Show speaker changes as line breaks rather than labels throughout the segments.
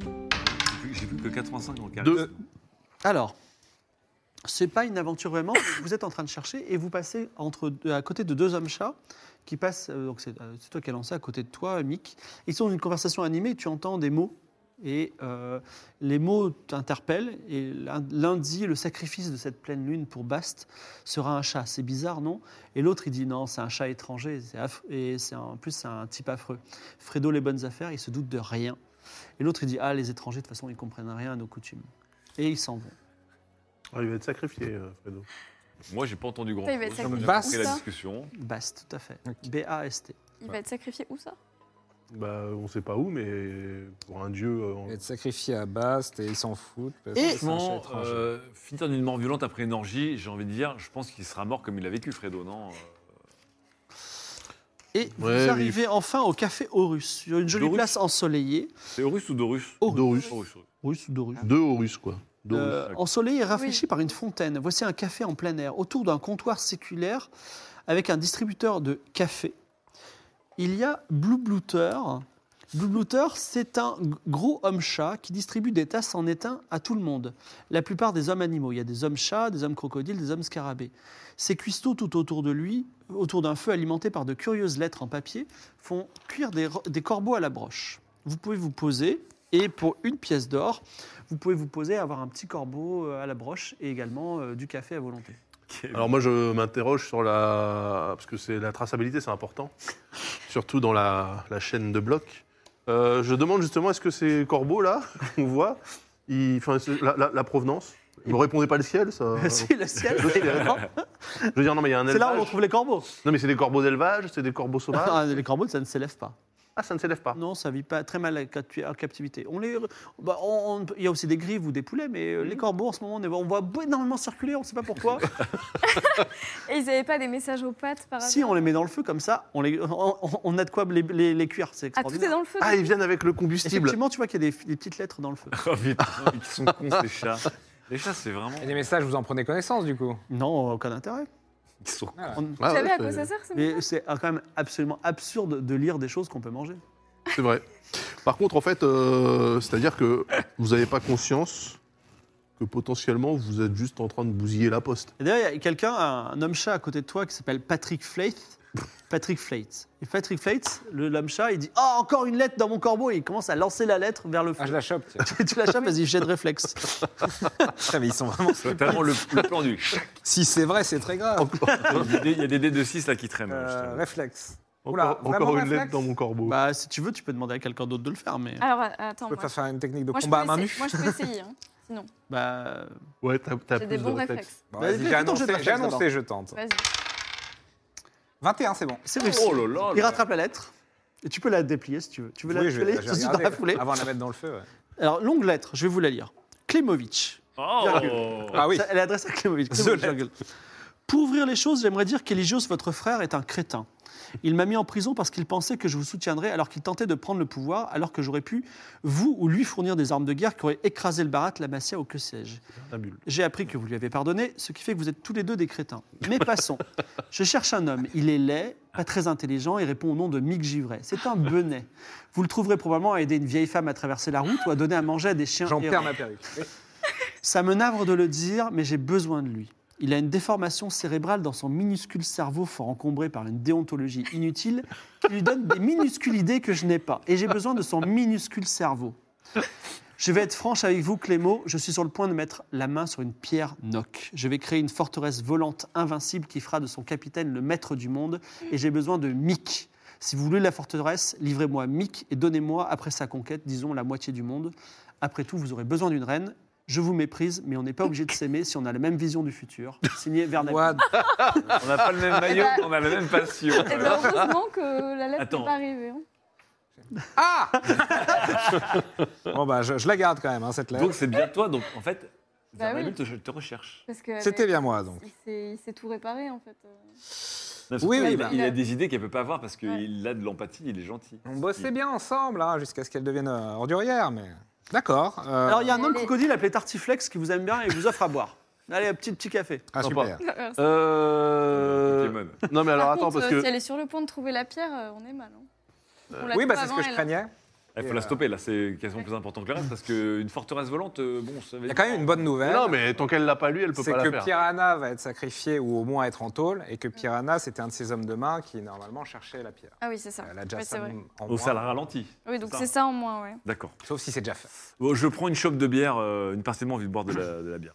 J'ai vu- J'ai vu que 85 dans le carré.
Deux.
Alors, c'est pas une aventure vraiment. Vous êtes en train de chercher et vous passez entre deux- à côté de deux hommes chats qui passent. euh, donc c'est euh, c'est toi qui as lancé à côté de toi, euh, Mick. Ils sont dans une conversation animée. Tu entends des mots et euh, les mots t'interpellent. Et l'un- l'un dit le sacrifice de cette pleine lune pour Bast sera un chat. C'est bizarre, non Et l'autre il dit non, c'est un chat étranger. c'est aff- Et c'est un- en plus c'est un type affreux. Fredo les bonnes affaires, il se doute de rien. Et l'autre il dit ah les étrangers de toute façon ils comprennent rien à nos coutumes. Et ils s'en vont.
Ah, il va être sacrifié, euh, Fredo.
Moi, j'ai pas entendu grand
Ça, il va
chose.
être
J'ai bien
sacrifié.
compris la
Basta.
discussion.
Bast, tout à fait. B-A-S-T.
Il va être sacrifié où ça
Bah, on sait pas où, mais pour un dieu. euh, en-
Il va être sacrifié à Bast et il s'en fout. parce
Et-
que c'est un chat
Franchement,
étranger.
euh, finir d'une mort violente après une orgie, j'ai envie de dire, je pense qu'il sera mort comme il a vécu, Fredo, non euh.
Et
Ouais,
vous arrivez enfin au café Horus, sur une jolie
Dorus.
place ensoleillée.
C'est Horus ou Oh, Dorus
Horus.
Dorus.
Horus, oui.
Horus ou Dorus
Deux Horus, quoi. Deux Horus.
Euh, ensoleillé et rafraîchi
Oui.
par une fontaine. Voici un café en plein air, autour d'un comptoir séculaire avec un distributeur de café. Il y a Blue Bluter. Blue Bluter, c'est un g- gros homme-chat qui distribue des tasses en étain à tout le monde. La plupart des hommes animaux. Il y a des hommes-chats, des hommes crocodiles, des hommes scarabées. Ces cuistots tout autour de lui, autour d'un feu alimenté par de curieuses lettres en papier, font cuire des, ro- des corbeaux à la broche. Vous pouvez vous poser et pour une pièce d'or, vous pouvez vous poser, avoir un petit corbeau euh, à la broche et également euh, du café à volonté.
Alors moi, je m'interroge sur la... Parce que c'est la traçabilité, c'est important. Surtout dans la, la chaîne de blocs. Euh, je demande justement, est-ce que ces corbeaux, là, qu'on voit, ils- enfin, c'est- la, la- la provenance Vous me répondez pas le ciel, ça
c'est le ciel,
Je sais,
évidemment.
Je veux dire, non, mais il y a un
c'est
élevage.
là où on Ah. trouve les corbeaux.
Non, mais c'est des corbeaux d'élevage, c'est des corbeaux sauvages.
euh, les corbeaux, ça ne s'élève pas.
ah, ça ne s'élève pas.
Non, ça vit pas très mal à captu- en captivité. On les, bah, on- on- il y a aussi des grives ou des poulets, mais euh, les corbeaux en ce moment, on, les voit- on voit énormément circuler, on ne sait pas pourquoi.
Et ils n'avaient pas des messages aux pattes par
si
hasard Ah,
on les met dans le feu comme ça, on, les, on, on a de quoi les, les, les cuire, c'est
Ah, tout est
extraordinaire.
dans le feu.
Ah, ils viennent avec le combustible.
Effectivement, tu vois qu'il y a des, des petites lettres dans le feu.
Oh putain, mais ils sont cons, ces chats. Les chats, c'est vraiment.
Et les messages, vous en prenez connaissance du coup
Non, aucun intérêt.
Ils sont cons.
Ah.
On-
Ah,
tu savais
ouais,
à quoi ça
c'est-
sert ce
Mais c'est ah, quand même absolument absurde de lire des choses qu'on peut manger.
C'est vrai. Par contre, en fait, euh, c'est-à-dire que vous n'avez pas conscience que potentiellement vous êtes juste en train de bousiller la poste.
Et D'ailleurs, il y a quelqu'un, un un homme chat à côté de toi qui s'appelle Patrick Flaith. Patrick Flaith. Et Patrick Flaith, le- l'homme chat, il dit Ah, encore une lettre dans mon corbeau Et il commence à lancer la lettre vers le feu.
Ah, je la chope. tiens.
tu la chopes, vas-y, jet de réflexe.
Putain, mais ils sont vraiment.
Totalement le, le plan du.
Si c'est vrai, c'est très grave.
Il y a des dés- il y a des dés de 6 là qui traînent.
Euh,
justement.
réflexe. Oula,
Encore,
vraiment
encore une
réflexe
lettre dans mon corbeau.
bah, si tu veux, tu peux demander à quelqu'un d'autre de le faire, mais.
Alors, euh, attends.
Je peux
Moi,
pas faire une technique de
Moi, je
combat à main
peux
nue
essayer. Moi, je peux essayer. hein.
Bah.
ouais, t'as, t'as plus
J'ai des
de
bons
réflexes.
réflexes.
Bon,
Vas-y,
Bah, Vas-y,
fais
j'ai
ton jet de
annoncé, j'ai
réflexe
annoncé, je tente.
Vas-y.
21, c'est bon.
C'est réussi.
Oh là là
il
là.
rattrape la lettre. Et tu peux la déplier si tu veux. Tu veux la
Oui, je vais-
déplier
je vais
tout de suite dans la
regarder,
foulée.
Avant de la mettre dans le feu. ouais.
Alors, longue lettre, je vais vous la lire. Klemovic.
Oh
Ah oui.
Ça, Elle adresse à Klemovic.
The
Klemovic,
letter.
virgule. Pour ouvrir les choses, j'aimerais dire qu'Eligios, votre frère, est un crétin. Il m'a mis en prison parce qu'il pensait que je vous soutiendrais alors qu'il tentait de prendre le pouvoir, alors que j'aurais pu, vous ou lui, fournir des armes de guerre qui auraient écrasé le barat, la massia ou que sais-je.
La bulle.
J'ai appris que vous lui avez pardonné, ce qui fait que vous êtes tous les deux des crétins. Mais passons. Je cherche un homme. Il est laid, pas très intelligent et répond au nom de Mick Givray. C'est un benet. Vous le trouverez probablement à aider une vieille femme à traverser la route ou à donner à manger à des chiens.
J'en
errants.
perds ma perruque.
Ça me navre de le dire, mais j'ai besoin de lui. Il a une déformation cérébrale dans son minuscule cerveau fort encombré par une déontologie inutile qui lui donne des minuscules idées que je n'ai pas. Et j'ai besoin de son minuscule cerveau. Je vais être franche avec vous, Clément, je suis sur le point de mettre la main sur une pierre noc. Je vais créer une forteresse volante invincible qui fera de son capitaine le maître du monde et j'ai besoin de Mick. Si vous voulez la forteresse, livrez-moi Mick et donnez-moi, après sa conquête, disons la moitié du monde. Après tout, vous aurez besoin d'une reine. Je vous méprise, mais on n'est pas obligé de s'aimer si on a la même vision du futur. Signé Vernet.
What
On n'a pas le même maillot,
ben-
on a la même passion.
Et bien,
ben,
heureusement que la lettre
Attends.
n'est pas arrivée. hein.
Ah Bon, bah, je, je la garde quand même, hein, cette lettre.
Donc c'est bien toi, donc en fait,
Bah oui.
Vermeulen, te- je te recherche.
Parce que
C'était bien moi, donc.
Il s'est il s'est tout réparé, en fait.
Non, parce
Oui,
que
oui,
il,
bah.
il a des idées qu'elle peut pas avoir parce qu'il
Ouais.
a de l'empathie, il est gentil.
On bossait bien ensemble, hein, jusqu'à ce qu'elle devienne euh, ordurière, mais... D'accord. euh,
Alors, il y a un homme
Allez.
crocodile appelé Tartiflex qui vous aime bien et vous offre à boire. Allez, un petit, petit café.
Ah, super.
Merci.
Euh,
Pokémon.
Non, mais alors
Par
attends,
contre,
parce
euh,
que.
si elle est sur le point de trouver la pierre, euh, on est mal. hein. On la
Oui, bah,
trouve
c'est ce
avant,
que je
elle.
craignais.
Il
Et,
faut
euh,
la stopper là, c'est quasiment plus important que le reste parce qu'une forteresse volante, euh, bon, ça va
Il y a quand même une bonne nouvelle.
Non, mais tant qu'elle l'a pas lu, elle peut
c'est
pas la
que
faire.
Piranha va être sacrifié ou au moins être en tôle, et que Piranha, c'était un de ces hommes de main qui, normalement, cherchait Euh, la pierre.
Ah oui, c'est ça.
Elle a déjà
Ouais,
ça
c'est vrai.
en
Donc ça la
moins,
ralentit.
Oui, donc
Ça.
c'est ça en moins, ouais.
D'accord.
sauf si c'est déjà fait.
Bon, je prends une chope de bière, euh, une partie de moi a envie de boire de la, de la bière.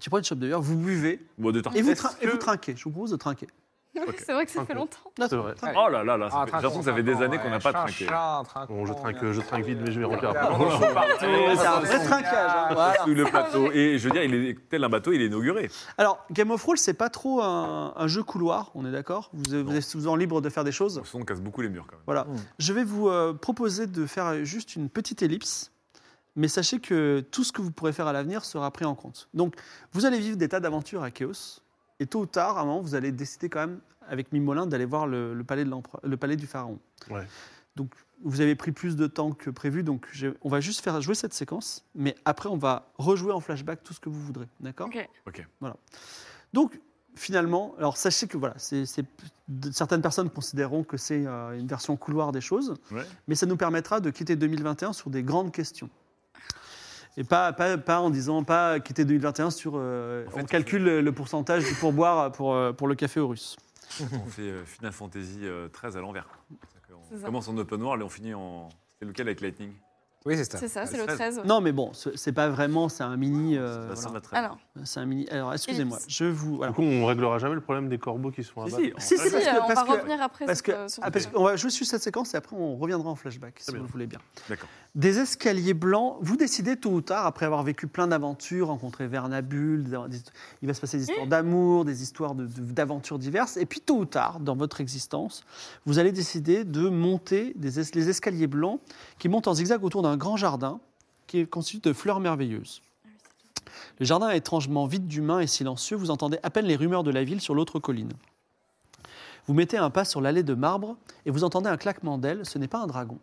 Tu prends une chope de bière, vous buvez
Bon, de
et vous,
tartiflette.
trin- et vous trinquez. Je vous propose de trinquer.
C'est vrai que ça
Ok.
fait longtemps.
Non,
C'est vrai.
Oh là là là, ça
Ah,
fait- j'ai l'impression que ça fait des
trinquons,
années qu'on n'a pas
ouais,
trinqué.
chin, chin,
Bon, je
trinquons,
trinque-
merde.
je trinque vite, mais je vais reculer après.
Regarde, on est parti.
Ouais,
Ah, C'est un vrai
Son
trinquage. hein,
gars.
voilà.
Sous le plateau. Et je veux dire, il est tel un bateau, il est inauguré.
Alors, Game of Thrones, c'est pas trop un, un jeu couloir, on est d'accord vous, vous êtes souvent libre de faire des choses.
Sinon, on casse beaucoup les murs quand même.
Voilà.
Mm.
Je vais vous euh, proposer de faire juste une petite ellipse, mais sachez que tout ce que vous pourrez faire à l'avenir sera pris en compte. Donc, vous allez vivre des tas d'aventures à Chaos, et tôt ou tard, à un moment, vous allez décider quand même, avec Mimolin, d'aller voir le, le palais de l'empereur- le palais du pharaon.
Ouais.
Donc, vous avez pris plus de temps que prévu, donc j'ai- on va juste faire jouer cette séquence, mais après, on va rejouer en flashback tout ce que vous voudrez, d'accord
Ok.
donc, finalement, alors sachez que voilà, c'est c'est- de- certaines personnes considéreront que c'est euh, une version couloir des choses,
Ouais.
mais ça nous permettra de quitter 2021 sur des grandes questions. Et pas, pas, pas en disant, pas quitter 2021 sur. euh,
En fait,
on calcule le pourcentage du pourboire pour, euh, pour le café aux Russes.
On fait euh, Final Fantasy euh, 13 à l'envers. quoi. C'est-à-dire qu'on
C'est ça.
commence en open world et on finit en. C'était lequel avec Lightning
Oui, c'est ça.
C'est ça, c'est
le
le 13.
Non, mais bon, ce- c'est pas vraiment, c'est un mini. euh,
Ça
voilà.
sonne à très
Alors,
C'est un mini. Alors, excusez-moi, je vous. voilà.
Du coup, on réglera jamais le problème des corbeaux qui sont
bien.
abattus.
Si, si, en vrai,
Si, si,
si,
parce que-
euh, on
parce
va
que-
revenir après
parce
sur-
que-
euh, sur
Ah,
ce
parce
thème.
qu'on va juste suivre cette séquence et après on reviendra en flashback, si
Très
vous
bien.
le voulez bien.
D'accord.
Des escaliers blancs, vous décidez tôt ou tard, après avoir vécu plein d'aventures, rencontré Vernabule, des- des- il va se passer des histoires d'amour, des histoires de- de- d'aventures diverses, et puis tôt ou tard, dans votre existence, vous allez décider de monter des es- les escaliers blancs qui montent en zigzag autour d'un grand jardin qui est constitué de fleurs merveilleuses. Le jardin est étrangement vide d'humains et silencieux, vous entendez à peine les rumeurs de la ville sur l'autre colline. Vous mettez un pas sur l'allée de marbre et vous entendez un claquement d'ailes, ce n'est pas un dragon.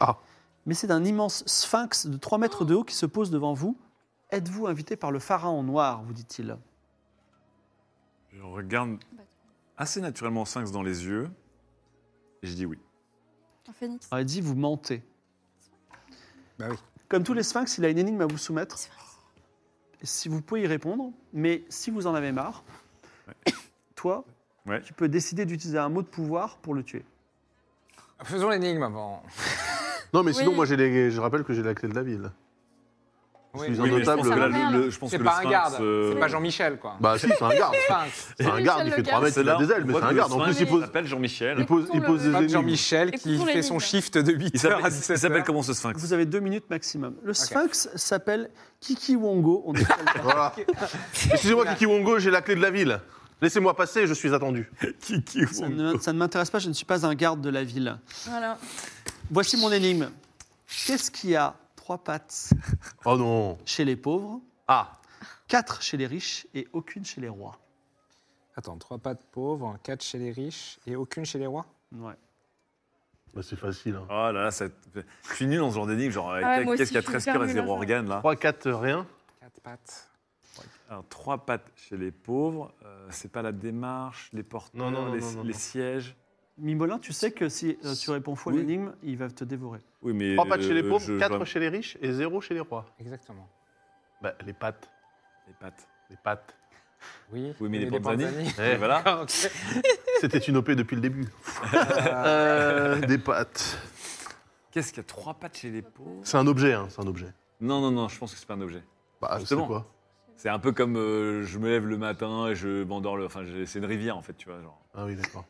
Ah.
Mais c'est un immense sphinx de 3 mètres de haut qui se pose devant vous. Êtes-vous invité par le pharaon noir, vous dit-il
Je regarde assez naturellement Sphinx dans les yeux et je dis oui.
Un phénix.
Alors il dit, vous mentez.
Bah oui.
Comme tous les sphinx, il a une énigme à vous soumettre. Et Si vous pouvez y répondre, mais si vous en avez marre, toi,
Ouais.
tu peux décider d'utiliser un mot de pouvoir pour le tuer.
Faisons l'énigme avant.
Non, mais sinon,
Oui.
moi, j'ai les... je rappelle que j'ai la clé de la ville.
Oui.
suis
Oui, mais je
notable.
pense que
Ça
là,
m'emmerde.
le- le- je pense
C'est
que
pas
le
un
Sphinx,
garde,
euh,
c'est pas Jean-Michel, quoi.
Bah, si, c'est un garde.
Sphinx.
C'est un garde, il fait
Jean-Michel
3 mètres, il
Là,
a des ailes,
on
mais
voit
c'est un
que
garde.
le
En plus,
Sphinx
il pose,
s'appelle Jean-Michel.
il pose, il pose des
Pas de
énigmes.
Jean-Michel qui
Écoutons
fait
l'énigme.
son shift de 8
Il
h à
s'appelle
17
il s'appelle
heures.
comment ce Sphinx
Vous avez deux minutes maximum. Le sphinx s'appelle Kiki Wongo. On ne parle pas.
Voilà. Excusez-moi, Kiki Wongo, j'ai la clé de la ville. Laissez-moi passer, je suis attendu.
Kiki
ça ne, ça ne m'intéresse pas, je ne suis pas un garde de la ville.
Voilà.
Voici mon énigme. Qu'est-ce qui a trois pattes
Oh non.
chez les pauvres,
Ah,
quatre chez les riches et aucune chez les rois.
Attends, 3 pas de pauvres, 4 chez les riches et aucune chez les rois
Ouais.
bah, c'est facile.
Oh là là, ça... je suis nul dans ce genre d'énigme. Genre,
Ah ouais, moi
qu'est-ce
aussi,
qu'il y a
je suis
13 cœurs et
hyper nulle
0
à ça.
organes là
3, 4, rien.
4 pattes.
Alors, trois pattes chez les pauvres, euh, c'est pas la démarche, les porteurs,
Non, non, non,
les,
non, non,
les
non.
sièges.
Mimolin, tu sais que si euh, tu réponds faux à
Oui.
l'énigme, il va te dévorer.
Oui, mais.
3 pattes chez les
euh,
pauvres,
je- je
4
vois-
chez les riches et 0 chez les rois.
Exactement.
Bah, les pattes.
Les pattes.
Les pattes.
Oui,
Oui, mais les
Panzani.
Panzani.
Eh,
Et voilà.
Ah, ok.
C'était une OP depuis le début.
Euh,
Euh, des pattes.
Qu'est-ce qu'il y a Trois pattes chez les pauvres
C'est un objet, hein, c'est un objet.
Non, non, non, je pense que c'est pas un objet.
Bah, c'est
Justement.
quoi
C'est un peu comme euh, je me lève le matin et je m'endors le. Enfin, j'ai- c'est une rivière en fait, tu vois. Genre.
Ah oui, d'accord.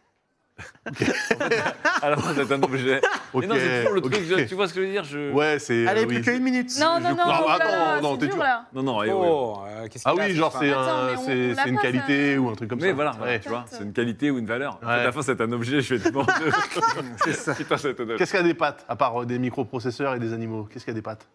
Alors, c'est un objet.
Ok,
Mais non, c'est toujours le truc,
ok.
je- tu vois ce que je veux dire je...
Ouais, c'est.
Allez,
euh, oui.
plus qu'une minute.
Non, non,
je
non,
crois-
oh
Ah,
là là,
attends, attends,
c'est
t'es
dur
dur.
là.
Non, non, et ouais.
Oh, euh, qu'est-ce
Ah
qu'il
oui,
a,
genre
cette
c'est
Bah,
femme
Attends, mais
un,
on-
c'est-
on l'a
c'est une
pas, ça.
qualité ou un truc comme
Mais
ça.
voilà,
Ouais.
tu vois, c'est une qualité ou une valeur. En fait, à
Ouais.
la fin, c'est un objet, je vais te demander. c'est ça. Putain, c'est un objet.
Qu'est-ce qu'il y a des pattes, à part euh, des microprocesseurs et des animaux Qu'est-ce qu'il y a des pattes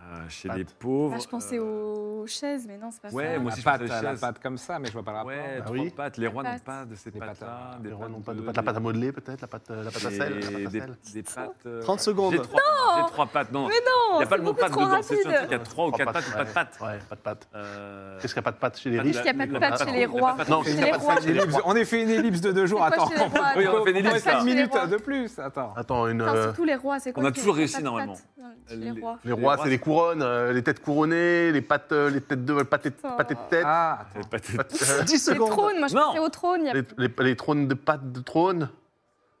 Euh, chez
Patte.
les pauvres.
Ah, je pensais
euh,
aux chaises, mais non, c'est pas
Ouais,
ça.
moi
La
aussi, je
patte,
pense à la
la
chaise.
patte comme ça, mais je vois pas la
Ouais,
Ah
trois
oui.
pattes. Les rois
Des
n'ont
pattes.
pas de ces
Des pattes
pattes-là.
à-
des
Les rois
pattes
n'ont pas de
de-
pattes. La pâte à modeler, peut-être La pâte, euh, la pâte à sel la
des,
pâte à
des,
sel
des pattes. euh,
30 secondes.
J'ai trois, pattes, j'ai trois pattes. Non,
Mais non,
il n'y a pas le mot
beaucoup
pattes
trop
dedans. C'est
rapide.
un truc, il y a trois ou
Trois
quatre pattes ou pas de
ouais.
pattes.
Ouais, pas de pattes.
Euh,
Qu'est-ce qu'il n'y a pas de pattes chez les
pas de
riches
Est-ce qu'il n'y
la-
a pas de
la
pattes
patte
chez les
rouge, la
rois
patte
Non,
Chez
il
les
y a pas
rois
de
Une ellipse- On a fait une ellipse de deux jours.
C'est quoi chez
Attends,
les rois
Oui, on a fait une
on
ellipse,
fait
là.
une minute
Chez les
de plus. Attends.
Attends, une,
Attends,
euh,
surtout les rois, c'est quoi
on a
qu'il y
toujours
pas
réussi,
de pattes
normalement.
Non, chez Les rois.
les rois, c'est les couronnes, euh, les têtes couronnées, les pattes, euh, les têtes de les pâtés-
Putain.
pâtés de tête,
Ah, attends.
les pattes-
pattes- euh,
10
Les
secondes.
trônes, moi je
Non.
pensais aux trônes. il y a-
les, les- les trônes de pattes de trône.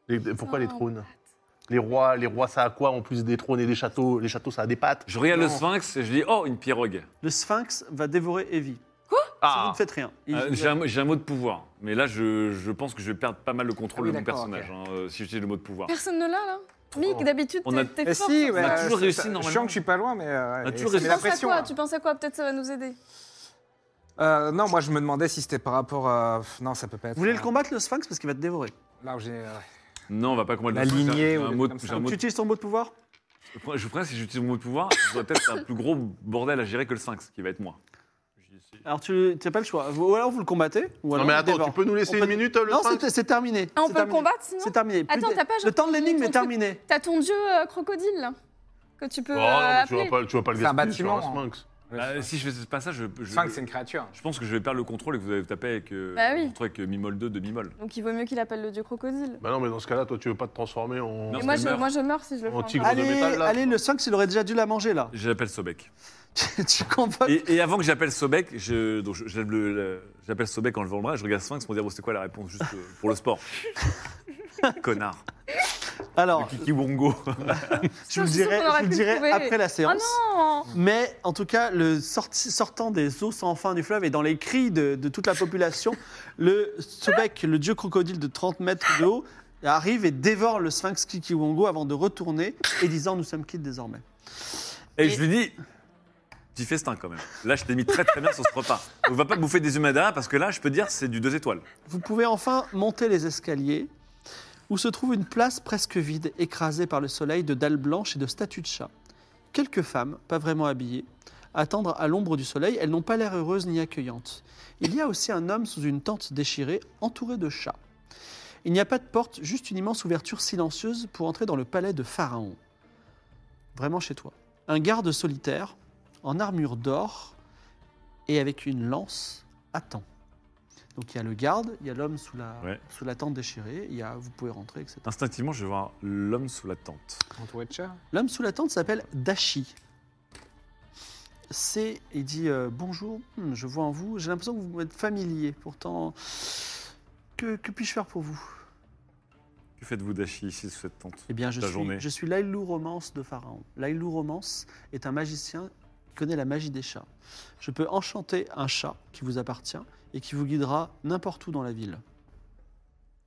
Les- pourquoi les
Putain,
trônes Les rois, les rois, ça a quoi en plus des trônes et des châteaux Les châteaux, ça a des pattes.
Je regarde le
Non.
sphinx et je dis Oh, une pirogue.
Le sphinx va dévorer Evie. Si vous
Ah
ne faites rien. Il-
Euh, J'ai un, j'ai un mot de pouvoir, mais là je, je pense que je vais perdre pas mal le contrôle
Ah oui,
de mon
d'accord,
personnage hein, euh, si j'utilise le mot de pouvoir.
Personne ne l'a là Mick, d'habitude,
On a-
t'es- t'es
Et
fort.
si,
sur
ouais,
On a
ça.
toujours
c'est-
réussi,
c'est- Je sens
normalement.
que je suis pas loin, mais. euh,
On a
et
toujours réussi.
ça met
Tu
la
penses à
pression.
quoi
hein.
Tu penses à quoi Peut-être ça va nous aider.
Euh, non, moi je me demandais si c'était par rapport à. Non, ça peut pas être.
Vous voulez le
euh,
combattre, le sphinx, parce qu'il va te dévorer.
Là où j'ai. euh,
Non, on va pas combattre
La
le sphinx, hein,
lignée
j'ai
ou
un
des
mot de-
trucs comme
j'ai un
ça.
mot
Tu
de-
utilises ton mot de pouvoir
Je ferais si j'utilise mon mot de pouvoir, je dois peut-être un plus gros bordel à gérer que le sphinx qui va être moi.
Alors tu n'as pas le choix. Ou alors vous le combattez, ou alors
non mais
on le
attends,
dévore.
tu peux nous laisser
On
une
peut-
minute euh, le
Non,
sphinx
c'est c'est terminé.
Ah, on
C'est
peut le
terminé.
combattre sinon
C'est terminé. Plus
Attends,
de-
t'as pas genre
Le temps de l'énigme
ton
est
truc
terminé.
T'as ton dieu euh, crocodile là Que tu peux.
Oh,
euh,
non, mais tu, vas
appeler.
pas, tu vas pas le
C'est un
gaspiller sur un
bâtiment,
sphinx.
le
Bah,
sphinx.
si je fais pas ça, je, je,
Sphinx, c'est une créature.
je pense que je vais perdre le contrôle et que vous allez vous taper avec, euh,
Bah oui.
vous retrouver avec euh, Mimol 2 de Mimol.
Donc il vaut mieux qu'il appelle le dieu crocodile.
Bah non, mais dans ce cas-là, toi, tu veux pas te transformer en.
Non,
Et moi
qu'elle
je,
meurt.
moi je meurs si je le fais.
En tigre.
encore.
de
Allez,
métal, là.
allez, le sphinx, il aurait déjà dû la manger là.
J'appelle Sobek.
tu combattes.
Et, et avant que j'appelle Sobek, je- donc je- je lève le- le- j'appelle Sobek en levant le bras et je regarde Sphinx pour dire bon, c'est quoi la réponse juste euh, pour le sport Connard.
Alors,
Kiki Wongo.
je vous le
suis sûre
dirai,
qu'on aurait
je vous le
pu le
dirai
trouver. Ah
après la séance.
Oh
Mais en tout cas, le sorti- sortant des eaux sans fin du fleuve et dans les cris de, de toute la population, le Sobek, le dieu crocodile de 30 mètres de haut, arrive et dévore le sphinx Kikiwongo avant de retourner et disant Nous sommes quittes désormais.
Et je lui dis, petit festin quand même. Là, je t'ai mis très très bien sur ce repas. On va pas bouffer des humains derrière parce que là, je peux dire, c'est du deux étoiles.
Vous pouvez enfin monter les escaliers où se trouve une place presque vide, écrasée par le soleil de dalles blanches et de statues de chats. Quelques femmes, pas vraiment habillées, attendent à l'ombre du soleil, elles n'ont pas l'air heureuses ni accueillantes. Il y a aussi un homme sous une tente déchirée, entouré de chats. Il n'y a pas de porte, juste une immense ouverture silencieuse pour entrer dans le palais de Pharaon. Vraiment chez toi. Un garde solitaire, en armure d'or et avec une lance, attend. Donc il y a le garde, il y a l'homme sous la,
Ouais.
sous la tente déchirée, il y a, vous pouvez rentrer, etc.
Instinctivement, je vais voir l'homme sous la tente.
Entouré de chats.
L'homme sous la tente s'appelle Dashi. C'est, il dit euh, bonjour, hmm, je vois en vous, j'ai l'impression que vous m'êtes familier. Pourtant, que, que puis-je faire pour vous
Que faites-vous d'Ashi ici sous cette tente
Eh bien, je
Ta
suis,
journée.
je suis Lailou Romance de Pharaon. Lailou Romance est un magicien qui connaît la magie des chats. Je peux enchanter un chat qui vous appartient et qui vous guidera n'importe où dans la ville.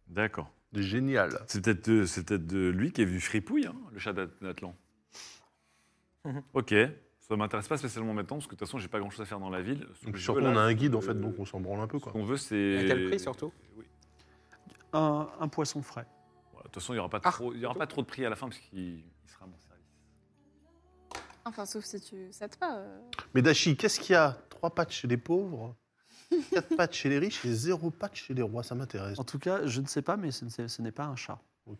D'accord.
Génial.
C'est peut-être de, c'est peut-être de lui qui est venu fripouille, hein, le chat d'At- d'Atlan.
Mhm.
ok. Ça m'intéresse pas spécialement maintenant parce que de toute façon, j'ai pas grand-chose à faire dans la ville. Ce que
Donc,
je
surtout,
veux, là,
on a un guide en fait,
euh,
donc on s'en branle un peu
Ce
quoi.
qu'on veut, c'est.
Et à quel prix, surtout
Oui.
Un, un poisson frais.
Voilà, De toute façon, il n'y aura, pas
Ah,
trop, il y aura pas trop de prix à la fin parce qu'il il sera à mon service.
Enfin, sauf si tu. Ça te va. euh.
Mais Dashi, qu'est-ce qu'il y a Trois pattes chez les pauvres, quatre pattes chez les riches et zéro pattes chez les rois. Ça m'intéresse.
En tout cas, je ne sais pas, mais ce ne- ce n'est pas un chat.
Ok.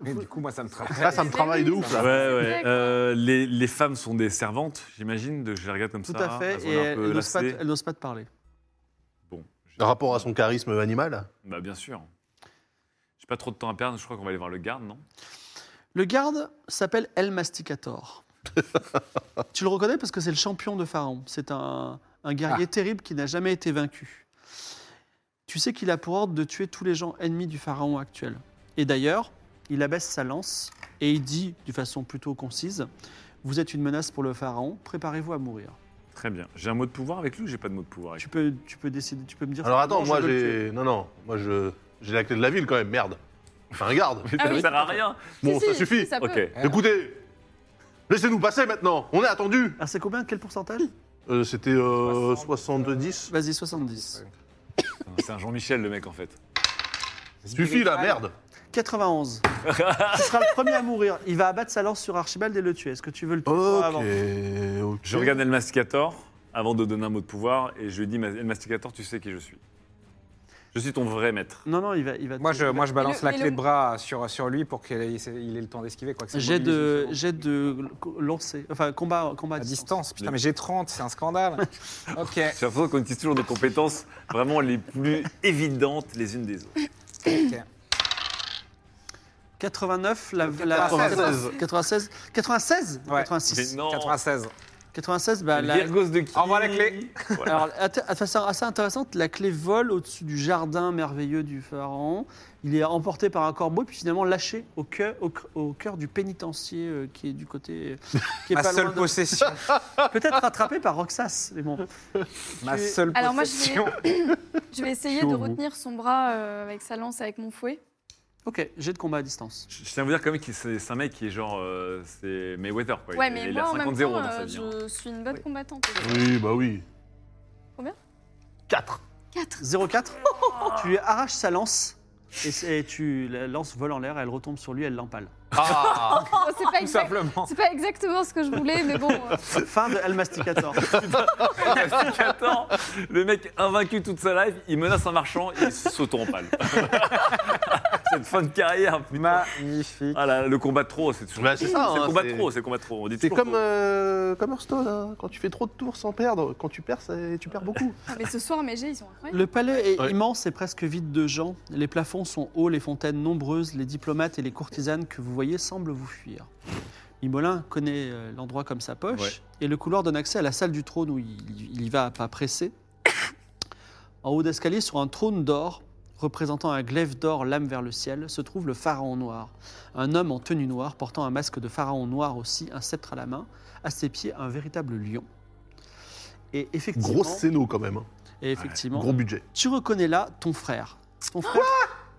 Mais du coup, moi, ça me traverse.
Là, ça me travaille de ouf
Ouais,
là.
ouais.
Direct.
Euh, les, les femmes sont des servantes, j'imagine, de, je les regarde comme
Tout
ça.
à fait,
sont
et
un
elle
peu
elle n'ose pas,
lassées.
elle n'ose pas te parler.
Bon. j'ai-
Rapport à son charisme animal.
Bah, bien sûr. J'ai pas trop de temps à perdre, je crois qu'on va aller voir le garde, non
Le garde s'appelle El Masticator. tu le reconnais parce que c'est le champion de Pharaon. C'est un, un guerrier
Ah.
terrible qui n'a jamais été vaincu. Tu sais qu'il a pour ordre de tuer tous les gens ennemis du Pharaon actuel. Et d'ailleurs, il abaisse sa lance et il dit, de façon plutôt concise, Vous êtes une menace pour le Pharaon, préparez-vous à mourir.
Très bien. J'ai un mot de pouvoir avec lui ou j'ai pas de mot de pouvoir avec
Tu peux, tu peux décider, tu peux me dire.
Alors
si-
attends,
non,
moi
je veux le tuer.
j'ai. Non, non, moi je. J'ai la clé de la ville quand même, merde. Enfin, un garde.
lui Mais
Ah
ça ne
oui. Ah,
sert à rien.
Bon,
Si,
ça
si,
suffit.
Ça peut.
Ok.
Écoutez, laissez-nous passer maintenant. On est attendu.
Alors Ah, c'est combien Quel pourcentage
Euh, C'était euh,
60,
70.
Vas-y, 70.
Oh, C'est un Jean-Michel le mec en fait.
Suffit la merde.
91. Ce sera le premier à mourir. Il va abattre sa lance sur Archibald et le tuer. Est-ce que tu veux le tuer avant
Ok. ok.
Je regarde El Masticator avant de donner un mot de pouvoir et je lui dis El Masticator, tu sais qui je suis. Je suis ton vrai maître.
Non, non, il va. Il va
Moi,
te-
je, moi, je balance
Et le-
la
et le-
clé de bras sur, sur lui pour qu'il ait, il ait le temps d'esquiver. quoi que c'est
J'ai
mobilisé,
de,
c'est bon.
j'ai de lancer, enfin combat, combat
À distance, putain, mais j'ai 30, c'est un scandale. ok.
J'ai l'impression qu'on utilise toujours nos compétences vraiment les plus évidentes les unes des autres.
ok.
89, la, la-
96.
96, 96,
Ouais.
86,
Mais non.
96.
96. Bah, la,
Virgos de qui
Au revoir la clé.
Voilà.
alors, atte- de façon assez intéressante, la clé vole au-dessus du jardin merveilleux du pharaon. Il est emporté par un corbeau, puis finalement lâché au cœur, au, cr- au cœur du pénitencier euh, qui est du côté, euh, qui est
Ma
pas
seule
loin de-
possession.
Peut-être rattrapé par Roxas, mais bon.
Ma
Tu es-
seule
Alors moi, je vais-
possession.
Je vais essayer
Chaud,
de
vous.
retenir son bras euh, avec sa lance, avec mon fouet.
Ok, j'ai de combat à distance.
Je je tiens à vous dire quand même que c'est c'est un mec qui est genre. euh, c'est Mayweather quoi.
Ouais,
Il-
mais
il a
moi, en même
50-0
temps,
dans sa
euh,
vie. hein.
je suis une bonne
Oui.
combattante.
Oui, bah oui.
4.
4.
04. tu lui arraches sa lance et, c'est- et tu la lance vole en l'air, elle retombe sur lui, elle l'empale.
Ah,
Oh, c'est pas,
tout
exact-
simplement.
c'est pas exactement ce que je voulais, mais bon. euh,
Fin de El Masticator.
Attends, le mec invaincu toute sa life, il menace un marchand et il se saute en pâle. Cette fin de carrière, putain.
Magnifique.
Ah là, le combat de trop, c'est toujours.
Bah, c'est ça,
le
hein,
combat de
c'est-
trop, c'est le combat de trop. On dit
C'est
toujours
comme,
trop.
euh, comme Hearthstone, hein. quand tu fais trop de tours sans perdre, quand tu perds, ça- tu perds beaucoup.
ah, mais ce soir, mes jets, ils sont incroyables.
Le palais est
Ouais.
immense et presque vide de gens. Les plafonds sont hauts, les fontaines nombreuses, les diplomates et les courtisanes que vous voyez semblent vous fuir. Mimolin connaît euh, l'endroit comme sa poche et le couloir donne accès à la salle du trône où il, il y va à pas pressés. en haut d'escalier, sur un trône d'or représentant un glaive d'or lame vers le ciel, se trouve le pharaon noir. Un homme en tenue noire portant un masque de pharaon noir aussi, un sceptre à la main, à ses pieds un véritable lion. Et effectivement,
Gros scéno quand même. hein.
et effectivement
Gros budget.
tu reconnais là ton frère. Ton frère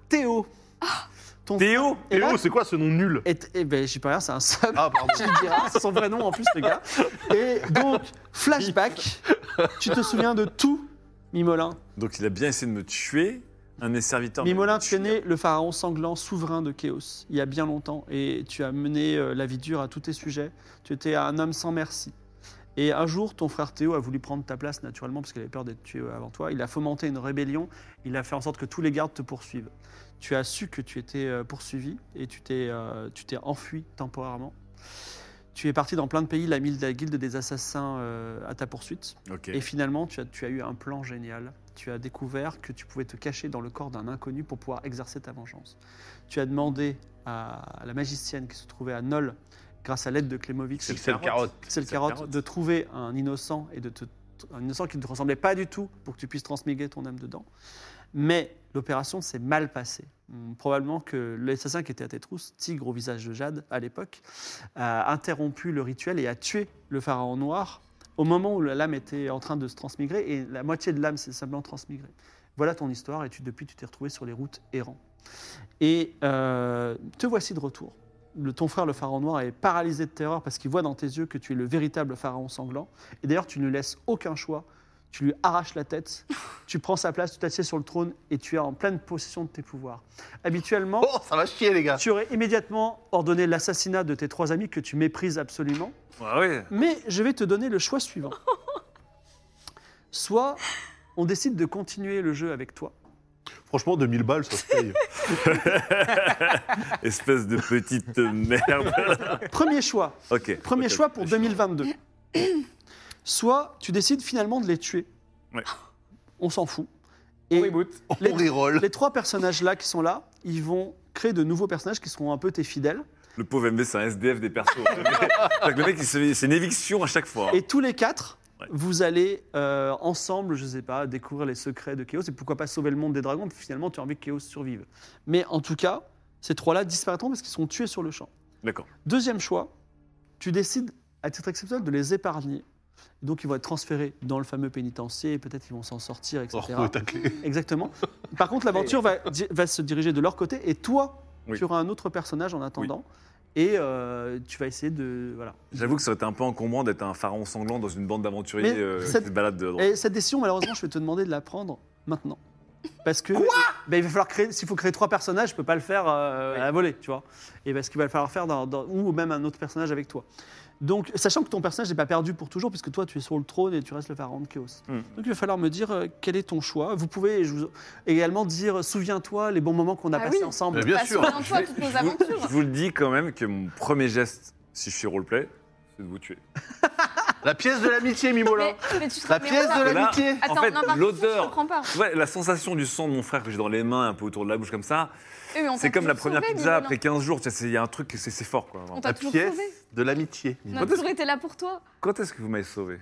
Théo.
Ah
Ton
Théo
Et oh, là-
Théo, c'est quoi ce nom nul
Et, et ben, j'ai pas rien, c'est un sub.
Ah, pardon.
Tu le diras, c'est son vrai nom en plus, le gars. Et donc, flashback, tu te souviens de tout, Mimolin.
Donc il a bien essayé de me tuer. Un des serviteurs.
Mimolin,
m'a
tu
tué.
connais le pharaon sanglant, souverain de Chaos, il y a bien longtemps, et tu as mené euh, la vie dure à tous tes sujets. Tu étais un homme sans merci. Et un jour, ton frère Théo a voulu prendre ta place, naturellement, parce qu'il avait peur d'être tué avant toi. Il a fomenté une rébellion, il a fait en sorte que tous les gardes te poursuivent. Tu as su que tu étais euh, poursuivi, et tu t'es euh, tu t'es enfui temporairement. Tu es parti dans plein de pays, la mille- la guilde des assassins euh, à ta poursuite.
Ok.
Et finalement, tu as, tu as eu un plan génial. Tu as découvert que tu pouvais te cacher dans le corps d'un inconnu pour pouvoir exercer ta vengeance. Tu as demandé à la magicienne qui se trouvait à Nol, grâce à l'aide de Klemovic,
C'est le sel carotte.
c'est le carotte, de trouver un innocent et de te, un innocent qui ne te ressemblait pas du tout pour que tu puisses transmigrer ton âme dedans. Mais l'opération s'est mal passée. Hum, Probablement que l'assassin qui était à tes trousses, tigre au visage de jade à l'époque, a interrompu le rituel et a tué le pharaon noir au moment où la lame était en train de se transmigrer et la moitié de l'âme s'est simplement transmigrée. Voilà ton histoire et tu, depuis tu t'es retrouvé sur les routes errants. Et euh, te voici de retour le, ton frère, le pharaon noir, est paralysé de terreur parce qu'il voit dans tes yeux que tu es le véritable pharaon sanglant. Et d'ailleurs, tu ne lui laisses aucun choix. Tu lui arraches la tête, tu prends sa place, tu t'assieds sur le trône et tu es en pleine possession de tes pouvoirs. Habituellement,
Oh, ça va chier, les gars.
tu aurais immédiatement ordonné l'assassinat de tes trois amis que tu méprises absolument.
Ah ouais.
Mais je vais te donner le choix suivant. Soit on décide de continuer le jeu avec toi.
Franchement, 2000 balles, ça se paye.
Espèce de petite euh, merde.
Premier choix,
Ok.
Premier
ok,
choix pour
je suis-
2022. Soit tu décides finalement de les tuer.
Ouais.
On s'en fout.
On
Et
reboot.
les,
On reroll.
les trois personnages-là qui sont là, ils vont créer de nouveaux personnages qui seront un peu tes fidèles.
Le pauvre MV, c'est un SDF des persos. C'est-à-dire que le mec, il se- c'est une éviction à chaque fois. hein.
Et tous les quatre,
Ouais.
vous allez euh, ensemble, je sais pas, découvrir les secrets de Chaos et pourquoi pas sauver le monde des dragons. Finalement, tu as envie que Chaos survive. Mais en tout cas, ces trois-là disparaîtront parce qu'ils sont tués sur le champ.
D'accord.
Deuxième choix, tu décides, à titre exceptionnel, de les épargner Donc ils vont être transférés dans le fameux pénitencier, et peut-être qu'ils vont s'en sortir, etc.
Or,
Oh,
faut tacler.
Exactement. Par contre, l'aventure va, di- va se diriger de leur côté, et toi,
Oui.
tu auras un autre personnage en attendant, et euh, tu vas essayer de... Voilà.
J'avoue que ça aurait été un peu encombrant d'être un pharaon sanglant dans une bande d'aventuriers
Mais
euh,
cette-
qui se baladent de droite.
Et cette décision, malheureusement, je vais te demander de la prendre maintenant. Parce que ben, il va falloir créer, s'il faut créer trois personnages, je peux pas le faire euh, à la volée, tu vois. Et parce qu'il va falloir faire dans- dans- ou même un autre personnage avec toi. Donc, sachant que ton personnage n'est pas perdu pour toujours, puisque toi, tu es sur le trône et tu restes le pharaon de Chaos.
Hmm.
Donc, il va falloir me dire euh, quel est ton choix. Vous pouvez je vous- également dire, souviens-toi les bons moments qu'on a
Ah
passés
oui.
ensemble.
Mais bien
Bah,
sûr.
Souviens-toi de toutes nos
Je vous, je
aventures.
vous le dis quand même que mon premier geste, si je suis roleplay, c'est de vous tuer.
La pièce de l'amitié, Mimola.
Mais, mais tu te
La
mais
pièce
voilà.
de
Là,
l'amitié.
Attends,
en fait,
non, par contre,
l'odeur-
Je comprends pas.
Tu vois, la sensation du sang de mon frère que j'ai dans les mains, un peu autour de la bouche comme ça,
Eh, mais on
c'est
t'a
comme la
toujours
première
sauvé,
pizza
Mimola.
après 15 jours. Tu sais, c'est- Il y a un truc, que c'est c'est fort quoi. vraiment.
On t'a
La
toujours
pièce
sauvé.
Mmh.
de l'amitié.
On a toujours été là pour toi.
Quand est-ce que vous m'avez sauvé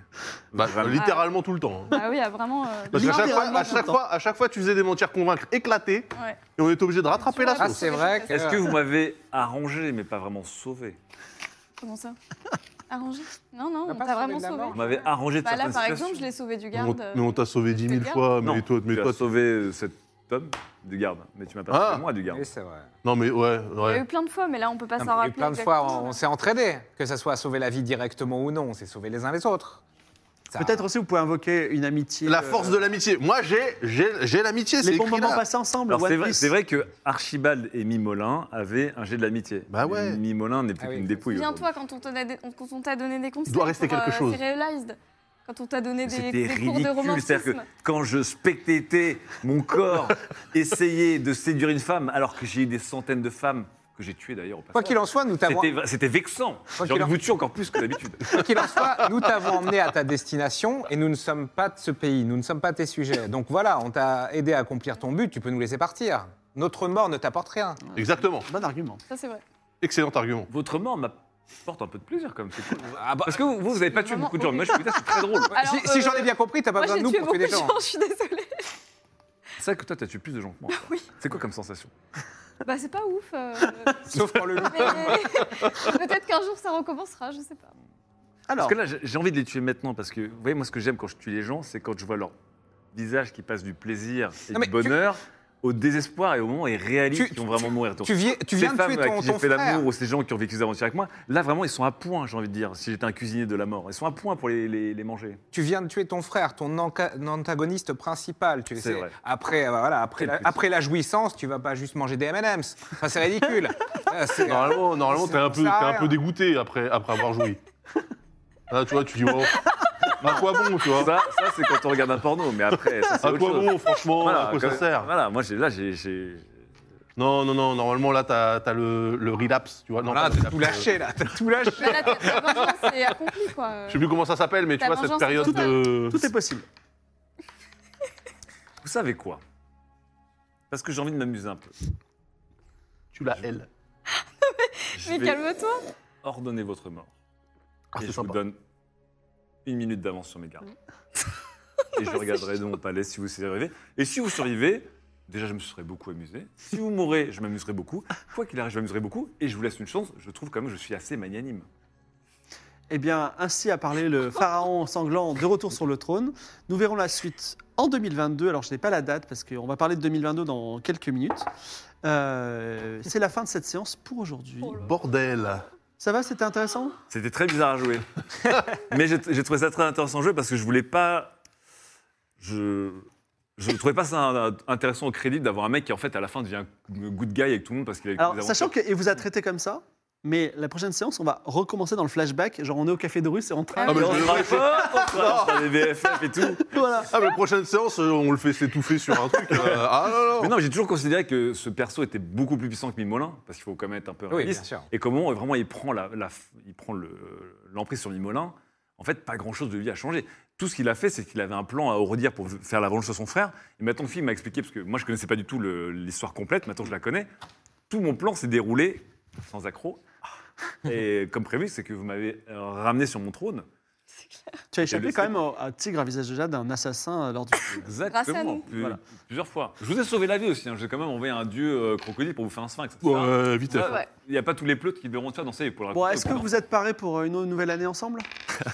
Bah,
Vraiment.
littéralement tout le temps. hein.
Ah oui, ah, vraiment. euh,
Parce qu'à chaque, fois,
Littéralement
à,
tout le
chaque
temps.
fois, à chaque fois, tu faisais des mentir convaincre éclatées
Ouais.
et on était obligé de rattraper la
Ah,
sauce.
c'est vrai que.
Est-ce
Est-ce que vous m'avez arrangé, mais pas vraiment sauvé
Comment ça Arrangé Non, non,
On
on
t'a
t'a
pas
vraiment
sauvé de la
sauvé.
mort.
Vous m'avez arrangé de
Bah là,
certaines
par
situations.
exemple, je l'ai sauvé du
Mais on-
garde.
euh,
mais on t'a sauvé dix
je te
mille
garde.
fois, mais
Non,
toi, mais
tu
toi,
as sauvé euh, cet homme du garde, mais tu m'as pas
Ah.
sauvé moi du garde.
Oui, c'est vrai.
Non, mais ouais,
Il y a
Ah
ouais.
eu plein de fois, mais là, on peut pas
Non,
s'en
mais il y a eu
rappeler.
plein de fois, on,
exactement.
on s'est entraînés, que ça soit à sauver la vie directement ou non, on s'est sauvés les uns les autres. Ça-
Peut-être aussi, vous pouvez invoquer une amitié.
La force
euh,
de l'amitié. Moi, j'ai, j'ai, j'ai l'amitié. c'est
Les bons
écrit
moments
là.
passés ensemble.
Alors
One
c'est vrai,
Piece.
c'est vrai que Archibald et Mimolin avaient un jet de l'amitié.
Bah ouais.
Et Mimolin n'est plus
Ah oui.
qu'une dépouille. aujourd'hui.
Souviens-toi quand on te donnait des- quand on t'a donné des conseils.
doit rester
pour,
quelque
euh,
chose.
Serialized. Quand on t'a donné des,
C'était
des cours de
ridicule, c'est-à-dire que
romantisme.
quand je spectétais mon corps essayer de séduire une femme, alors que j'ai eu des centaines de femmes que j'ai tuées d'ailleurs au
Quoi
passage.
qu'il en soit, nous t'avons
C'était- C'était vexant. J'ai
qu'il
envie de
en-
vous tuer encore plus que d'habitude.
quoi qu'il en soit, nous t'avons emmené à ta destination et nous ne sommes pas de ce pays, nous ne sommes pas tes sujets. Donc voilà, on t'a aidé à accomplir ton but, tu peux nous laisser partir. Notre mort ne t'apporte rien.
Exactement.
Bon argument.
Ça, c'est vrai.
Excellent argument.
Votre mort m'apporte un peu de plaisir quand même. c'est cool.
Ah bah,
Parce que vous, vous n'avez pas tué
Vraiment
beaucoup de gens. Moi, je suis putain, c'est très drôle.
Alors,
si si
euh,
j'en ai bien compris, t'as pas
Moi,
besoin
j'ai
de nous
tué
pour
beaucoup
tuer
de
des gens.
gens, je suis désolée.
C'est vrai que toi, t'as tué plus de gens que moi.
Oui.
C'est quoi comme sensation
Bah, c'est pas ouf. euh,
Sauf pour le loup.
mais peut-être qu'un jour, ça recommencera, je sais pas.
Alors,
Parce que là, j'ai- j'ai envie de les tuer maintenant parce que, vous voyez, moi, ce que j'aime quand je tue les gens, c'est quand je vois leur visage qui passe du plaisir et
Non, mais
du
tu-
bonheur au désespoir et au moment où ils réalisent
Tu-
qu'ils vont vraiment mourir. Donc,
Tu, viens, tu
ces
viens de
femmes
tuer
à
ton,
qui j'ai
ton
fait
frère.
l'amour ou ces gens qui ont vécu des aventures avec moi, là, vraiment, ils sont à point, j'ai envie de dire, si j'étais un cuisinier de la mort. Ils sont à point pour les, les- les manger.
Tu viens de tuer ton frère, ton anca- antagoniste principal. Tu
C'est
sais,
vrai.
après, euh, voilà, après,
Quel
la,
petit.
après la jouissance, tu vas pas juste manger des M&M's. Enfin, c'est ridicule. Euh, c'est-
Normalement, normalement
Ça
t'es un peu, t'es
sert à
un
rien.
peu dégoûté après, après avoir joui. Là, tu vois, tu dis, oh, à quoi bon, tu vois
Ça, ça, c'est quand on regarde un porno, mais après, ça, c'est
À
autre
quoi
chose.
bon, franchement À quoi ça
quand-
sert
Voilà, moi, j'ai- là, j'ai- j'ai.
Non, non, non, normalement, là, t'as t'as le, le relapse, tu vois. Non,
Voilà,
pas le
Ah, t'as tout
relapse, euh,
lâché là, t'as tout lâché.
Mais Bah, là, t'as- la vengeance, c'est accompli, quoi.
Je sais plus comment ça s'appelle, mais tu
La
vois, cette
vengeance
période
totale.
de...
tout est possible.
Vous savez quoi Parce que j'ai envie de m'amuser un peu.
Tu l'as, elle.
Je
Mais
vais
calme-toi.
ordonner votre mort.
Ah,
et
c'est
je
sympa.
vous donne une minute d'avance sur mes gardes. et je regarderai de mon palais si vous survivez. Et si vous survivez, déjà je me serais beaucoup amusé. Si vous mourrez, je m'amuserai beaucoup. Quoi qu'il arrive, je m'amuserai beaucoup. Et je vous laisse une chance. Je trouve quand même que je suis assez magnanime.
Eh bien, ainsi a parlé le pharaon sanglant de retour sur le trône. Nous verrons la suite en 2022. Alors, je n'ai pas la date parce qu'on va parler de 2022 dans quelques minutes. Euh, c'est la fin de cette séance pour aujourd'hui.
Bordel
Ça va, c'était intéressant
C'était très bizarre à jouer. Mais j'ai j'ai trouvé ça très intéressant à jouer parce que je voulais pas. Je. Je trouvais pas ça un- un- intéressant au crédit d'avoir un mec qui, en fait, à la fin devient un good guy avec tout le monde parce qu'il a eu
Alors,
des
sachant
aventures.
qu'il vous a traité comme ça, mais la prochaine séance, on va recommencer dans le flashback. Genre, on est au Café de Russe et on
Ah,
travaille.
mais
On
je-
travaille pas pour ça, on fait des VFF et tout.
Voilà.
Ah, mais prochaine séance, euh, on le fait s'étouffer sur un truc. euh, ah, non,
Mais
non,
non, j'ai toujours considéré que ce perso était beaucoup plus puissant que Mimolin, parce qu'il faut quand même être un peu
Oui, bien
réaliste.
sûr.
et comment euh, vraiment il prend la, la- il prend le- l'emprise sur Mimolin, en fait, pas grand-chose de lui a changé. Tout ce qu'il a fait, c'est qu'il avait un plan à redire pour faire la vengeance sur son frère. Et maintenant, le film m'a expliqué, parce que moi, je connaissais pas du tout le- l'histoire complète, maintenant je la connais. Tout mon plan s'est déroulé sans accroc. Et comme prévu, c'est que vous m'avez euh, ramené sur mon trône.
Tu as échappé
laissé-
quand même au- à Tigre à visage de jade, un assassin euh, lors du.
Exactement.
Grâce à nous.
plus-
Voilà.
Plusieurs fois. Je vous ai sauvé la vie aussi. hein. J'ai quand même envoyé un dieu euh, crocodile pour vous faire un sphinx. etc.
Ouais, vite.
Là,
Ouais.
Il n'y a pas tous les pleutres qui verront ça danser pour la
Bon, est-ce que
pour-
vous êtes parés pour une nouvelle année ensemble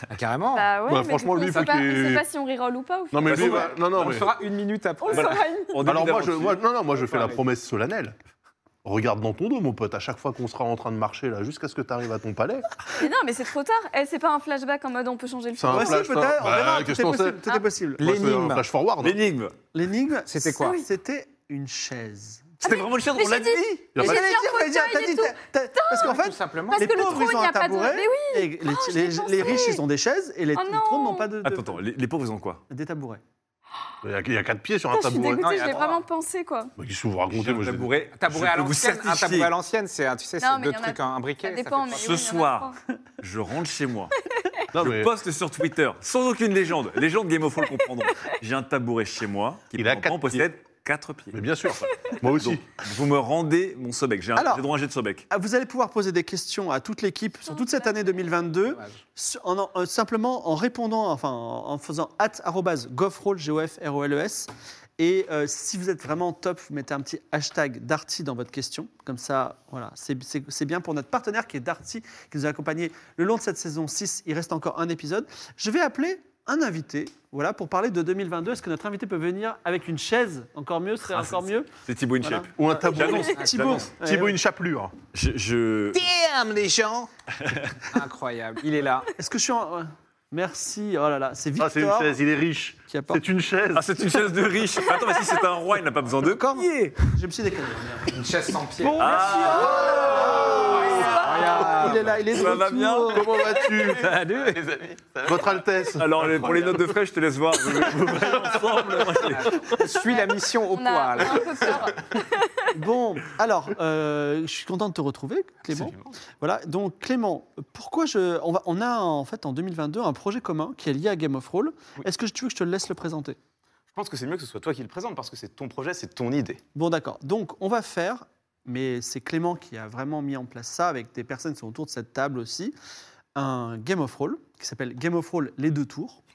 Ah, carrément.
Bah ouais,
Bah,
mais
franchement,
du coup,
lui,
on sait
faut
pas,
qu'il-
on sait pas si on reroll ou pas. Au
Non,
final.
mais lui,
façon,
bah, non, non,
on le
mais.
fera une minute après.
On le saura une-
En début
Alors moi, je,
d'aventure-
moi- non, non, moi, je fais la
parler.
promesse solennelle. Regarde dans ton dos, mon pote, à chaque fois qu'on sera en train de marcher, là, jusqu'à ce que tu arrives à ton palais.
Mais non, mais c'est trop tard. Eh, c'est pas un flashback en mode on peut changer le
C'est
film.
un
Ouais,
flash,
si, peut-être. On
Bah,
verra. Tout
qu'est-ce
est
qu'on sait
possible. Tout est possible.
Moi, c'est un
L'énigme.
flash forward. hein.
L'énigme.
Ah, L'énigme,
Ah
C'était quoi
c'est- C'était une chaise.
C'était vraiment le chien,
mais
on l'a
j'ai
dit.
Y a
Et
pas de-
j'allais
dit
dire,
en
j'allais dire,
fauteuil
t'as
et
dit- t'as- t'as- Parce qu'en
Tout
fait,
simplement.
Parce
les
que le
pauvres,
trône,
ils ont
y
un
a pas de-
tabouret.
Mais oui.
Et les,
Oh, je
les-
l'ai
les
pensé.
riches, ils ont des chaises et les,
Oh
les
non.
trônes n'ont pas de, de-
Attends, attends, les, les pauvres, ils ont quoi
des tabourets.
Il y a- il y a quatre pieds sur un
Putain, je suis
tabouret.
Non, il y
dégoûtée,
a
je l'ai
trois.
vraiment pensé quoi.
Mais Qu'est-ce que vous racontez
Un
moi, je-
tabouret.
Tabouret à
Je peux vous
l'ancienne, un
certifier.
tabouret à l'ancienne, c'est un, tu sais,
Non,
c'est
mais
deux
y en a-
trucs, hein, un, un
Ça
briquet. ça
dépend.
fait
mais
pas-
oui,
Ce
il y en a
soir.
trois.
Je rentre chez moi.
Non,
je
mais
poste sur Twitter, sans aucune légende. Les gens de Game of Thrones comprendront. J'ai un tabouret chez moi qui
Il a
en
quatre
possède quatre pieds.
mais bien sûr. Moi aussi.
Donc, vous me rendez mon sobec. J'ai un-
Alors-
j'ai droit à un jet de sobec.
Ah, Vous allez pouvoir poser des questions à toute l'équipe sur toute cette année 2022,
Dommage.
su- en, en- euh, simplement en répondant, enfin en, en faisant at arrobase gofrol, G-O-F-R-O-L-E-S. E Et euh, si vous êtes vraiment top, vous mettez un petit hashtag Darty dans votre question. Comme ça, voilà, c'est c'est- c'est bien pour notre partenaire qui est Darty, qui nous a accompagnés le long de cette saison 6. Il reste encore un épisode. Je vais appeler un invité, voilà, pour parler de 2022. Est-ce que notre invité peut venir avec une chaise Encore mieux, ce serait
Ah,
encore
c'est- Ah,
mieux.
C'est Thibaut Inchep.
Voilà.
Ou un tabouret.
J'annonce.
Thibaut.
j'annonce.
Ouais,
Thibaut,
ouais.
une chapelure.
Je, je-
Damn, les gens Incroyable. Il est là.
Est-ce que je suis en... ouais. Merci, oh là là, c'est Victor
Ah, c'est une chaise, il est riche.
qui apporte.
C'est une chaise.
Ah, c'est une chaise de riche. Attends, mais si c'est un roi, il n'a pas besoin de corps.
Je me suis décalé.
Ah.
Une chaise sans pied.
Bon, Ah,
Incroyable.
merci. Il est là, il est de
Ça va
retour.
bien
Comment vas-tu
Salut.
Votre Altesse.
Alors, les- pour les notes de frais, je te laisse voir. Vous- vous verrez ensemble. Moi, je les-
Je suis la mission au
On a on
poil.
a un peu peur.
Bon, alors, euh, je suis content de te retrouver, Clément. Voilà, donc Clément, pourquoi je... On, va... on a en fait en 2022 un projet commun qui est lié à Game of Roll. Est-ce que tu veux que je te le laisse le présenter
Je pense que c'est mieux que ce soit toi qui le présente parce que c'est ton projet, c'est ton idée.
Bon, d'accord. Donc, on va faire, mais c'est Clément qui a vraiment mis en place ça avec des personnes qui sont autour de cette table aussi, un Game of Roll qui s'appelle Game of Roll les deux tours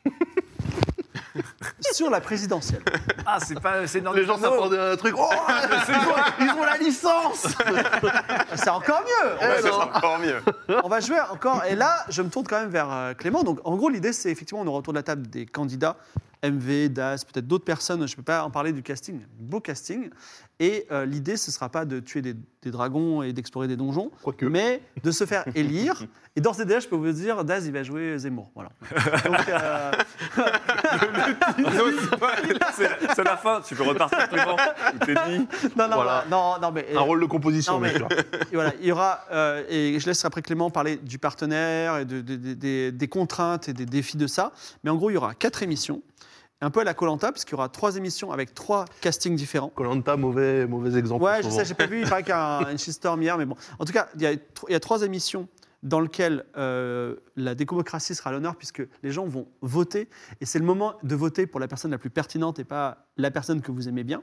sur la présidentielle.
Ah, c'est pas. C'est
Les gens s'attendaient à un truc. Oh, ils ont la licence
C'est encore mieux
Bah, ça sera encore mieux.
On va jouer encore. Et là, je me tourne quand même vers euh, Clément. Donc, en gros, l'idée, c'est effectivement, on aura autour de la table des candidats, MV, Das, peut-être d'autres personnes. Je ne peux pas en parler du casting. Beau casting. Et euh, l'idée, ce ne sera pas de tuer des, des dragons et d'explorer des donjons,
Quoique.
mais de se faire élire. et dans ces déjà, je peux vous dire, Das, il va jouer Zemmour. Voilà. Donc, euh,
C'est c'est la fin. Tu peux repartir, Clément. Tout est dit.
non, non,
Voilà.
non, non, mais.
Un rôle de composition,
Non, mais-
bien sûr.
Et voilà, il y aura, euh, et je laisserai après Clément parler du partenaire et de- de- de- des- des contraintes et des défis de ça. Mais en gros, il y aura quatre émissions, un peu à la Colanta, parce qu'il y aura trois émissions avec trois castings différents.
Colanta, mauvais, mauvais exemple.
Ouais,
en ce
je
moment.
sais, j'ai pas vu, il paraît qu'il y a un- une shitstorm hier, mais bon. En tout cas, il y a, tro- il y a trois émissions dans lesquelles euh, la démocratie sera à l'honneur, puisque les gens vont voter, et c'est le moment de voter pour la personne la plus pertinente et pas la personne que vous aimez bien.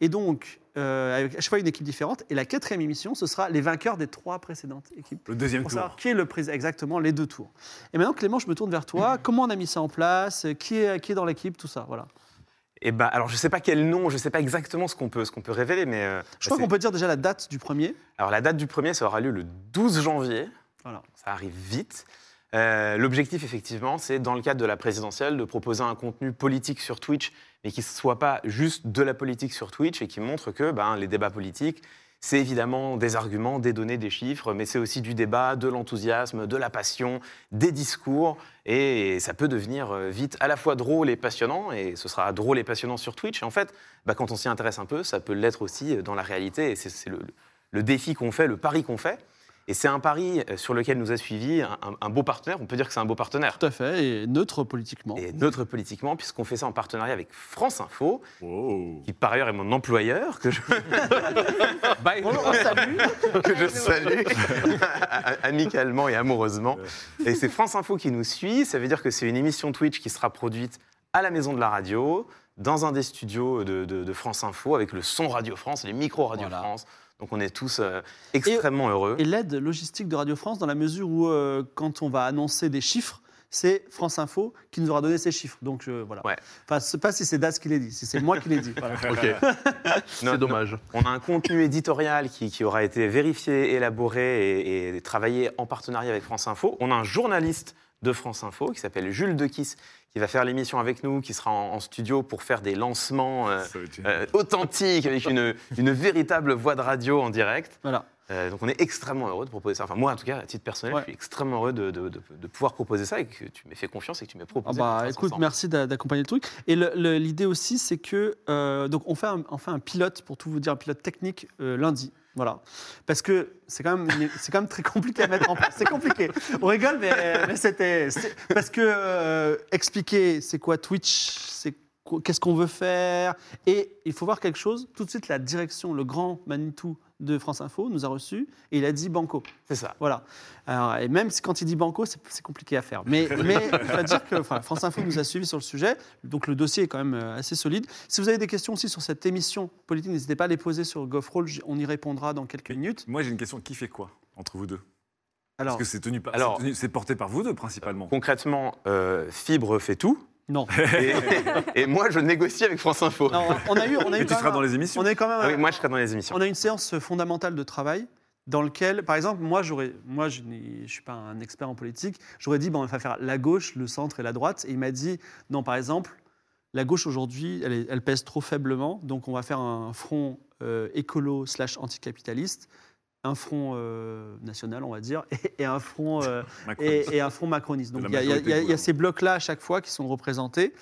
Et donc, euh, avec à chaque fois une équipe différente, et la quatrième émission, ce sera les vainqueurs des trois précédentes équipes.
Le deuxième
Pour savoir
tour.
qui est le président, exactement, les deux tours. Et maintenant, Clément, je me tourne vers toi. Comment on a mis ça en place Qui est, qui est dans l'équipe Tout ça, voilà.
Et ben, alors je sais pas quel nom, je sais pas exactement ce qu'on peut, ce qu'on peut révéler, mais euh,
Je
bah,
crois qu'on
c'est-
peut dire déjà la date du premier.
alors la date du premier, ça aura lieu le 12 janvier.
Voilà.
Ça arrive vite. Euh, L'objectif, effectivement, c'est dans le cadre de la présidentielle de proposer un contenu politique sur Twitch, mais qui ne soit pas juste de la politique sur Twitch et qui montre que ben, les débats politiques, c'est évidemment des arguments, des données, des chiffres, mais c'est aussi du débat, de l'enthousiasme, de la passion, des discours, et ça peut devenir euh, vite à la fois drôle et passionnant, et ce sera drôle et passionnant sur Twitch. Et en fait, bah, quand on s'y intéresse un peu, ça peut l'être aussi euh, dans la réalité, et c'est- c'est le- le défi qu'on fait, le pari qu'on fait. Et c'est un pari euh, sur lequel nous a suivi un, un- un beau partenaire. On peut dire que c'est un beau partenaire.
Tout à fait, et neutre politiquement.
Et neutre politiquement, puisqu'on fait ça en partenariat avec France Info,
Wow.
Oh.
qui par ailleurs est mon employeur, que je,
Bye.
Bonjour, on salue.
que je salue amicalement et amoureusement. Et c'est France Info qui nous suit. Ça veut dire que c'est une émission Twitch qui sera produite à la maison de la radio, dans un des studios de, de- de France Info, avec le son Radio France, les micros Radio
Voilà.
France. Donc on est tous euh, extrêmement heureux.
Et l'aide logistique de Radio France, dans la mesure où, euh, quand on va annoncer des chiffres, c'est France Info qui nous aura donné ces chiffres. Donc je- voilà.
Ouais.
Enfin, je sais pas si c'est Das qui les dit, si c'est moi qui les dit. Voilà.
Ok,
Non,
c'est dommage.
On a un contenu éditorial qui, qui aura été vérifié, élaboré et, et travaillé en partenariat avec France Info. On a un journaliste de France Info qui s'appelle Jules Dequis qui va faire l'émission avec nous, qui sera en, en studio pour faire des lancements euh,
Ça va être-
euh, authentiques avec une, une véritable voix de radio en direct.
Voilà.
Euh, donc on est extrêmement heureux de proposer ça. Enfin moi en tout cas, à titre personnel,
Ouais.
je suis extrêmement heureux de, de- de- de pouvoir proposer ça et que tu m'aies fait confiance et que tu m'aies
Ah
proposé. qu'on
bah
fasse
écoute,
ensemble.
merci d'a- d'accompagner le truc. Et le- le- l'idée aussi, c'est que euh, donc on fait, un, on fait un pilote pour tout vous dire, un pilote technique euh, lundi. Voilà, parce que c'est quand même une- c'est quand même très compliqué à mettre en place. C'est compliqué. On rigole, mais, mais c'était c'est- parce que euh, expliquer c'est quoi Twitch, c'est quoi- qu'est-ce qu'on veut faire, et il faut voir quelque chose. Tout de suite, la direction, le grand Manitou de France Info nous a reçus et il a dit banco.
C'est ça.
Voilà. Alors, et même si quand il dit banco, c'est c'est compliqué à faire. Mais, mais il faut dire que enfin, France Info nous a suivis sur le sujet, donc le dossier est quand même euh, assez solide. Si vous avez des questions aussi sur cette émission politique, n'hésitez pas à les poser sur GoffRoll, j- on y répondra dans quelques minutes.
Moi, j'ai une question. Qui fait quoi entre vous deux Parce
Alors,
que c'est tenu par,
alors-
c'est tenu- c'est porté par vous deux principalement.
Concrètement, euh, Fibre fait tout.
non.
Et, et moi, je négocie avec France Info.
Non, on a eu, on a eu
Et tu
quand
seras
même
dans
un-
les émissions.
on a eu quand même
Ah oui,
un-
moi, je serai dans les émissions.
on a une séance fondamentale de travail dans lequel, par exemple, moi, j'aurais, moi je ne suis pas un expert en politique, j'aurais dit, bon, on va faire la gauche, le centre et la droite. Et il m'a dit, non, par exemple, la gauche aujourd'hui, elle, est- elle pèse trop faiblement, donc on va faire un front euh, écolo slash anticapitaliste, un front euh, national, on va dire, et, et un front... euh,
Macron.
et, et un front macroniste. Donc
De
il y
la
a- il y, a-
majorité
il y
du
a- il y a
gouvernement.
ces blocs-là à chaque fois qui sont représentés.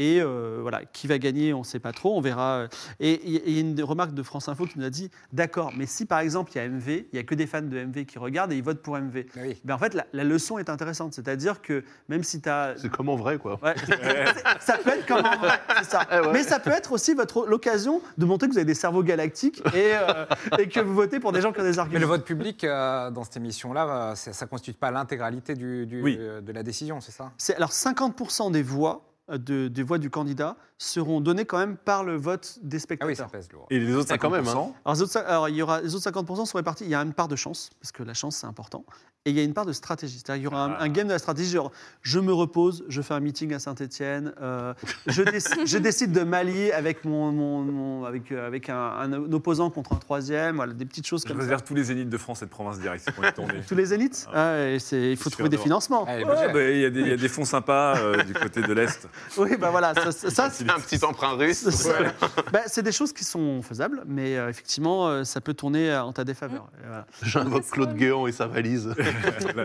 Et euh, voilà, qui va gagner, on ne sait pas trop, on verra. Et il y a- il y a une remarque de France Info qui nous a dit d'accord, mais si par exemple il y a MV, il n'y a que des fans de MV qui regardent et ils votent pour MV.
Bah oui.
Ben, en fait, la, la leçon est intéressante. C'est-à-dire que même si tu as.
C'est comment vrai, quoi.
Ouais. ça peut être comme un vrai, c'est ça. Mais ça peut être aussi votre l'occasion de montrer que vous avez des cerveaux galactiques et, euh, et que vous votez pour des gens qui ont des arguments.
Mais le vote public euh, dans cette émission-là, euh, c'est- ça ne constitue pas l'intégralité du, du-
Oui.
euh, de la décision, c'est ça
C'est- alors 50% des voix, euh, de- des voix du candidat seront données quand même par le vote des
Ah oui, ça
spectateurs.
pèse lourd.
Et les autres
Ah,
50%,
quand même,
alors, les autres, cin- alors, il y aura, les autres 50% sont répartis. Il y a une part de chance, parce que la chance, c'est important. Et il y a une part de stratégie. C'est-à-dire, il y aura un,
Ah.
un game de la stratégie, genre, je me repose, je fais un meeting à Saint-Etienne, je, déc- je décide de m'allier avec, mon, mon- mon- avec, euh, avec un, un opposant contre un troisième, voilà, des petites choses
je
comme ça.
réserve tous les zéniths de France et de province direct. c'est pour y tourner.
Tous les élites Ah, et c'est- Il faut
Super
trouver des
drôle.
financements.
Ah, le
Ouais,
budget.
bah, Il y, a des- il y a des fonds sympas euh, du côté de l'Est.
Oui, ben voilà, ça- ça- ça,
Un petit emprunt russe.
C'est ça. Bah, c'est des choses qui sont faisables, mais euh, effectivement, euh, ça peut tourner euh, en ta défaveur. Et voilà.
J'invoque Claude Guéant et sa valise.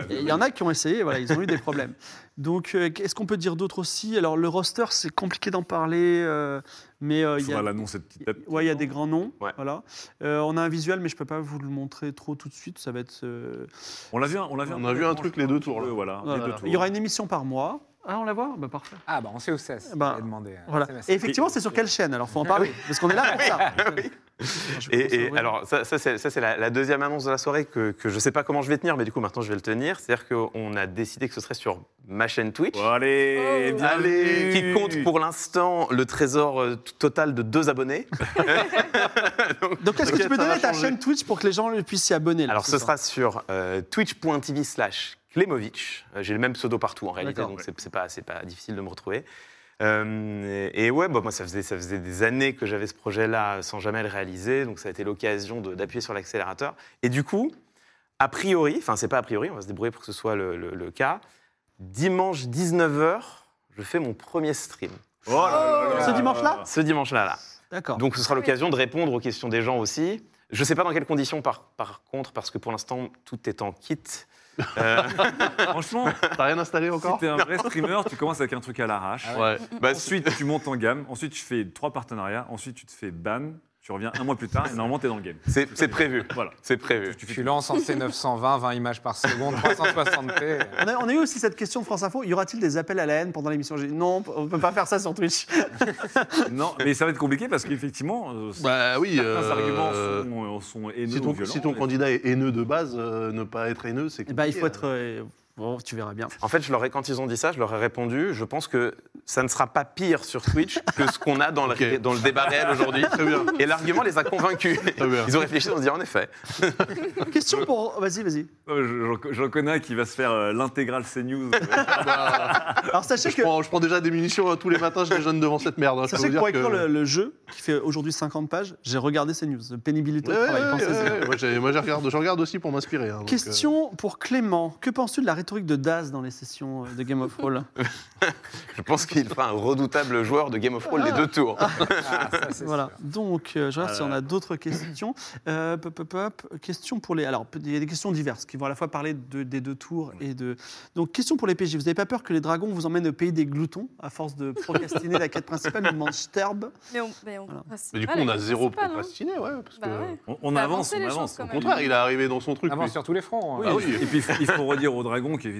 Et Il y en a qui ont essayé, voilà, ils ont eu des problèmes. Donc, euh, qu'est-ce qu'on peut dire d'autre aussi Alors, le roster, c'est compliqué d'en parler, euh, mais euh,
Il
il y
faudra
a.
l'annoncer petit à petit.
Ouais, il y a des grands noms.
Ouais.
Voilà. Euh, on a un visuel, mais je peux pas vous le montrer trop tout de suite. Ça va être. euh,
On l'a vu, un- on l'a vu.
On a vu un truc les deux tours, là.
Voilà, les
voilà.
deux tours.
Il y aura une émission par mois. Ah, on la voit Bah, parfait.
Ah, bah on sait où c'est,
Eh
Bah,
c'est
ben,
ce que j'avais demandé. euh,
Voilà.
SMS.
Et effectivement, c'est Ah sur quelle chaîne Alors, faut en parler, parce qu'on est
Ah
là pour ça. Je pense
Et, et
que oui.
alors, ça, ça, c'est ça, c'est la, la deuxième annonce de la soirée que, que je ne sais pas comment je vais tenir, mais du coup, maintenant, je vais le tenir. C'est-à-dire qu'on a décidé que ce serait sur ma chaîne Twitch.
Bon, allez,
Oh.
bien
Allez, qui compte pour l'instant le trésor euh, t- total de deux abonnés.
Donc, est-ce que tu peux
Ça va
donner ta
changer.
chaîne Twitch pour que les gens puissent s'y abonner là,
Alors,
ce
ce
soir
sera sur euh, twitch.tv slash Klemovic. Euh, J'ai le même pseudo partout en réalité,
D'accord,
donc
ouais.
c'est c'est pas, c'est pas difficile de me retrouver. Euh, et, et ouais, bah, moi, ça faisait, ça faisait des années que j'avais ce projet-là sans jamais le réaliser, donc ça a été l'occasion de- d'appuyer sur l'accélérateur. Et du coup, a priori, enfin, c'est pas a priori, on va se débrouiller pour que ce soit le, le- le cas. Dimanche 19h, je fais mon premier stream.
Oh là là là
Ce
là.
dimanche-là
Ce dimanche-là, là.
D'accord.
Donc ce sera l'occasion de répondre aux questions des gens aussi. Je ne sais pas dans quelles conditions par, par contre, parce que pour l'instant, tout est en kit. Euh,
Franchement,
T'as rien installé
si
encore
t'es un vrai streamer, tu commences avec un truc à l'arrache.
Ouais.
bah,
Ensuite, tu montes en gamme. Ensuite, tu fais trois partenariats. Ensuite, tu te fais ban. Tu reviens un mois plus tard et normalement, t'es dans le game.
c'est c'est prévu.
Voilà.
C'est prévu.
Tu fais
Tu lances en C920, 20 images par seconde, 360p.
On a, on a eu aussi cette question de France Info. Y aura-t-il des appels à la haine pendant l'émission J'ai dit, Non, on peut pas faire ça sur Twitch.
Non, mais ça va être compliqué parce qu'effectivement, euh,
Bah oui.
certains
euh,
arguments sont, euh, sont haineux
Si
ou
ton,
violents.
si ton
Et-
candidat est haineux de base, euh, ne pas être haineux, c'est
Eh ben, il faut
compliqué, hein.
être. euh, bon, tu verras bien.
En fait, je leur ai- quand ils ont dit ça, je leur ai répondu, je pense que ça ne sera pas pire sur Twitch que ce qu'on a dans le,
Ok.
dans le débat réel aujourd'hui.
bien.
Et l'argument les a convaincus.
Très bien.
Ils ont réfléchi, ils ont dit en effet.
Question pour. Vas-y, vas-y.
Non, mais je- J'en j'en connais un qui va se faire euh, l'intégrale CNews. euh,
Alors, sachez
Je
que.
prends, je prends déjà des munitions euh, tous les matins, je déjeune devant cette merde. hein, je peux
Sachez
vous
que pour
dire
écrire le, le jeu, qui fait aujourd'hui 50 pages, j'ai regardé ces news. Pénibilité
Ouais,
au
ouais,
travail,
ouais,
pensez-y.
ouais, ouais, moi, j'ai- moi, je regarde, je regarde aussi pour m'inspirer. hein, donc,
Question pour Clément. Que penses-tu de la rhétorique de Daz dans les sessions euh, de Game of Thrones
Je pense qu'il fera un redoutable joueur de Game of Thrones les deux tours.
Ah, ça, c'est
Voilà.
sûr.
Donc, euh, je regarde si on a d'autres questions. Euh, pop, pop, pop. Question pour les. Alors, il y a des questions diverses qui vont à la fois parler de- des deux tours et de. Donc, question pour les PJ. Vous n'avez pas peur que les dragons vous emmènent au pays des gloutons à force de procrastiner la quête principale nous demande Sterb.
Mais on, mais on
Voilà.
procrastine
Mais du
pas
Ah,
coup,
la
on a
quête
zéro
principale, hein.
procrastiné, ouais. Parce
Bah
que...
ouais.
on on
Faut
avance,
avancer
on
les
avance.
choses, quand
au
même.
Au
contraire.
contraire, il est arrivé dans son truc.
Ah,
Avance
lui.
Ah, sur tous les fronts.
Oui,
hein.
Ah oui.
Et puis il faut- il faut redire aux dragons qu'ils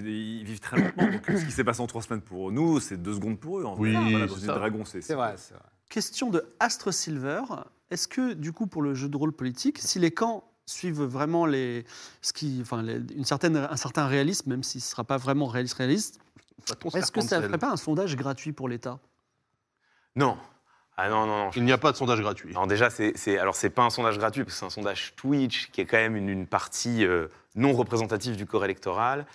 vivent très lentement. Donc, ce qui s'est passé en trois semaines pour nous, c'est deux secondes pour eux. En
Oui,
vrai. Voilà,
c'est
dans une
ça.
dragon, c'est
C'est vrai, c'est vrai.
Question de Astre Silver. Est-ce que, du coup, pour le jeu de rôle politique, si les camps suivent vraiment les, ce qui, enfin, les- une certaine, un certain réalisme, même si ce ne sera pas vraiment réaliste, réaliste,
Va-t-on se
est-ce
faire
que ça ne
cancel
ferait pas un sondage gratuit pour l'État
Non. Ah non, non, non. je-
Il n'y a pas de sondage gratuit.
Alors déjà, c'est c'est- alors c'est pas un sondage gratuit parce que c'est un sondage Twitch qui est quand même une, une partie euh, non représentative du corps électoral.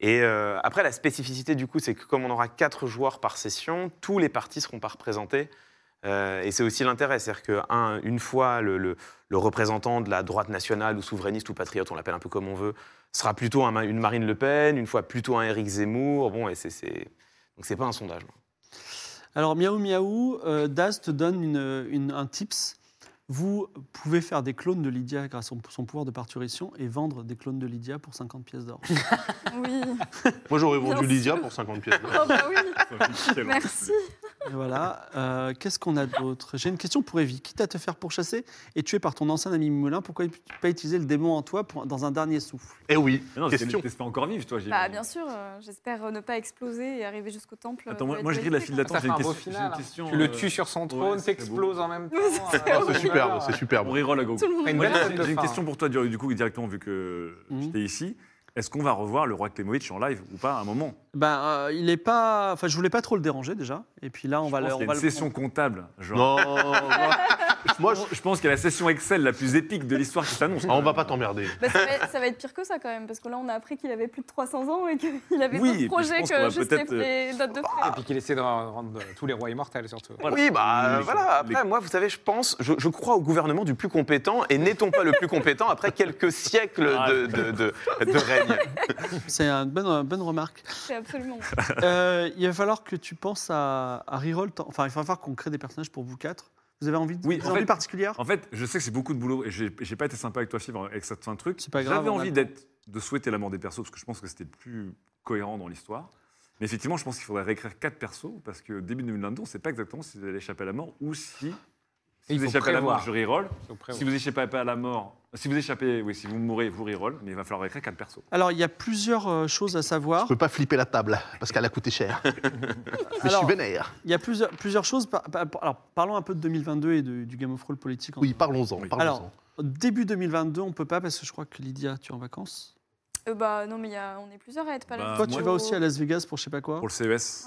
Et euh, après, la spécificité du coup, c'est que comme on aura quatre joueurs par session, tous les partis seront pas représentés. Euh, et c'est aussi l'intérêt, c'est-à-dire que un, une fois le, le- le représentant de la droite nationale ou souverainiste ou patriote, on l'appelle un peu comme on veut, sera plutôt un Ma- une Marine Le Pen, une fois plutôt un Éric Zemmour. Bon, et c'est c'est- donc c'est pas un sondage. non.
Alors, Miaou Miaou, euh, Daz te donne une- une- un tips. Vous pouvez faire des clones de Lydia grâce à son, son pouvoir de parturition et vendre des clones de Lydia pour 50 pièces d'or.
Oui.
Moi, j'aurais vendu
Bien
Lydia pour 50 pièces. d'or.
Oh bah oui.
Excellent.
Merci.
Et voilà. Euh, Qu'est-ce qu'on a d'autre J'ai une question pour Evie. Quitte à te faire pourchasser et tuer par ton ancien ami Moulin, pourquoi pas utiliser le démon en toi pour- dans un dernier souffle
Eh oui,
Mais Non,
question.
t'es pas encore vivre, toi.
Bah
j'imagine.
bien sûr, euh, j'espère euh, ne pas exploser et arriver jusqu'au temple. euh,
Attends,
de
moi, moi, je grille la file
l'égalité,
d'attente.
Ça
j'ai
fait
une
un
question- j'ai
beau final. hein.
une question,
Tu le
euh,
tues sur son
ouais,
trône,
c'est Ah,
t'exploses en même temps.
Oui, c'est
euh,
Oh, c'est superbe, c'est
On
superbe.
reroll à go.
Tout le monde.
Une
Moi,
belle
j'ai-
scène de
J'ai une
fin.
question pour toi, du du coup, directement, vu que
Mhm.
j'étais ici. Est-ce qu'on va revoir le roi Klemovic en live ou pas à un moment
Ben, euh, il est pas. Enfin, je voulais pas trop le déranger déjà. Et puis là, on
Je
va
pense
le.
qu'il y
on
a
va
une
le-
session comptable. Genre.
Non, moi, moi, je-
Je pense qu'il y a la session Excel la plus épique de l'histoire qui s'annonce.
Ah, on va pas t'emmerder.
Bah, ça, va être, ça va être pire que ça quand même, parce que là on a appris qu'il avait plus de 300 ans et qu'il avait
Oui, et
d'autres
puis je
projets
pense qu'on va
que juste les,
peut-être, euh,
les notes de frais.
Et puis qu'il essaie de rendre tous les rois immortels, surtout.
Voilà.
Oui, bah
Oui,
euh,
les-
voilà.
les-
Après, moi, vous savez, je pense, je, je crois au gouvernement du plus compétent et n'est-on pas le plus compétent après quelques siècles
Ah,
de, de, de- de règne
C'est une bonne, une bonne remarque.
C'est absolument.
Euh, il va falloir que tu penses à, à reroll. ton- Enfin, il va falloir qu'on crée des personnages pour vous quatre. Vous avez envie de
Oui,
vous avez
en
envie
fait-
particulière
En fait, je sais que c'est beaucoup de boulot et j'ai j'ai pas été sympa avec toi, Fibre, avec certains trucs.
C'est pas grave,
J'avais
on a
envie
le temps.
d'être, de souhaiter la mort des persos parce que je pense que c'était le plus cohérent dans l'histoire. Mais effectivement, je pense qu'il faudrait réécrire quatre persos parce que début 2022, on sait pas exactement si vous allez échapper à la mort ou si, si
Il
vous
faut
échappez à la mort, je
prévoir.
reroll.
Faut prévoir.
Si vous échappez pas à la mort, si vous échappez, oui, si vous mourrez, vous reroll. Mais il va falloir réécrire quatre persos.
Alors, il y a plusieurs euh, choses à savoir.
Je peux pas flipper la table parce qu'elle a coûté cher. Mais je suis
Alors,
vénère.
il y a plusieurs, plusieurs choses. par- par- par- alors, parlons un peu de 2022 et de- du Game of Thrones politique. en-
Oui, parlons-en.
Oui.
parlons-en.
Alors, début 2022, on peut pas parce que je crois que Lydia, tu es en vacances.
Euh, bah non, mais il y a- on est plusieurs à être pas là.
Bah,
Toi,
moi-
tu vas aussi à Las Vegas pour je sais pas quoi.
Pour le E CES.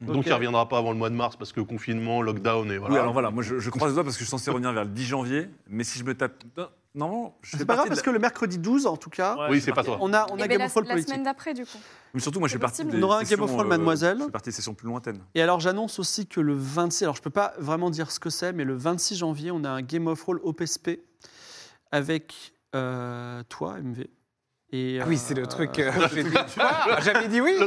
Ouais.
Donc
ok.
il reviendra pas avant le mois de mars parce que confinement, lockdown et voilà.
Oui, alors voilà, moi je, je croise les doigts parce que je suis censé revenir vers le 10 janvier. Mais si je me tape. Non, je fais
C'est pas grave
partie de
parce que le mercredi 12, en tout cas,
la- Ouais,
oui,
je fais
c'est pas toi.
on a, on
Eh
a
ben,
Game
la,
of Thrones
la
politique.
semaine d'après, du coup.
Mais surtout, moi, je
C'est
fais partie
possible.
des
On aura un Game
sessions,
of Thrones,
euh,
mademoiselle.
Je fais partie des sessions plus lointaines.
Et alors j'annonce aussi que le 26, alors je peux pas vraiment dire ce que c'est, mais le 26 janvier, on a un Game of Roll OPSP avec euh, toi, MV. Et,
Ah oui, c'est le truc. euh, j'ai dit- Ah, J'avais dit oui.
Le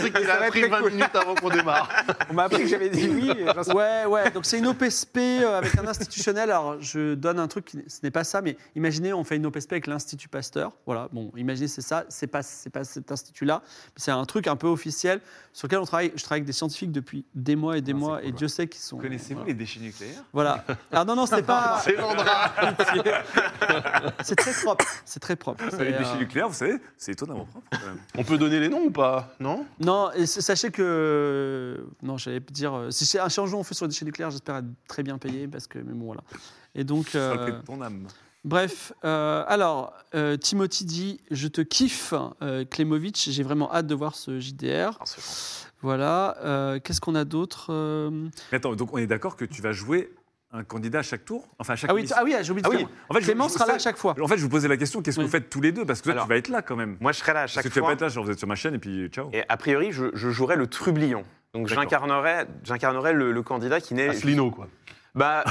truc, il
Ça va
a
être
pris
très
20
cool.
minutes avant qu'on démarre.
On m'a appris que j'avais dit oui. et j'en suis-
Ouais, ouais, donc c'est une OPSP euh, avec un institutionnel. Alors je donne un truc, qui, n- ce n'est pas ça, mais imaginez, on fait une OPSP avec l'Institut Pasteur. Voilà, bon, imaginez, c'est ça, c'est pas, c'est pas cet institut-là, mais c'est un truc un peu officiel sur lequel on travaille. Je travaille avec des scientifiques depuis des mois et des
Ah, c'est
mois,
cool,
et
ouais.
Dieu sait qu'ils sont. voilà.
déchets nucléaires
Voilà. Ah non, non, c'est pas.
C'est Vendra.
C'est très propre. C'est très propre.
Les
C'est, euh,
déchets nucléaires, vous savez, c'est étonnamment propre quand même.
On peut donner les noms ou pas Non
Non, et s- sachez que. Non, j'allais dire. euh, Si c'est un changement on fait sur les déchets nucléaires, j'espère être très bien payé parce que. Mais bon, voilà. Et donc.
Sur le
euh,
prix de ton âme.
Bref, euh, alors, euh, Timothy dit Je te kiffe, euh, Klemovic, j'ai vraiment hâte de voir ce JDR.
Ah, c'est bon.
Voilà, euh, qu'est-ce qu'on a d'autre euh,
Mais attends, donc on est d'accord que tu vas jouer un candidat à chaque tour Enfin, à chaque
ah, oui,
émission.
ah oui, j'ai oublié de
Ah oui,
dire.
en fait, je-
Clément
je-
sera là
ça-
à chaque fois.
En fait, je vous posais la question qu'est-ce que
Oui.
vous faites tous les deux Parce que toi,
Alors,
tu vas être là quand même.
Moi, je serai là à
Parce
chaque
que tu vas
fois.
pas être là, genre vous êtes sur ma chaîne et puis ciao.
Et a priori, je, je jouerai le trublion. Donc
D'accord.
j'incarnerai j'incarnerai le, le candidat qui n'est
Asselineau, quoi.
bah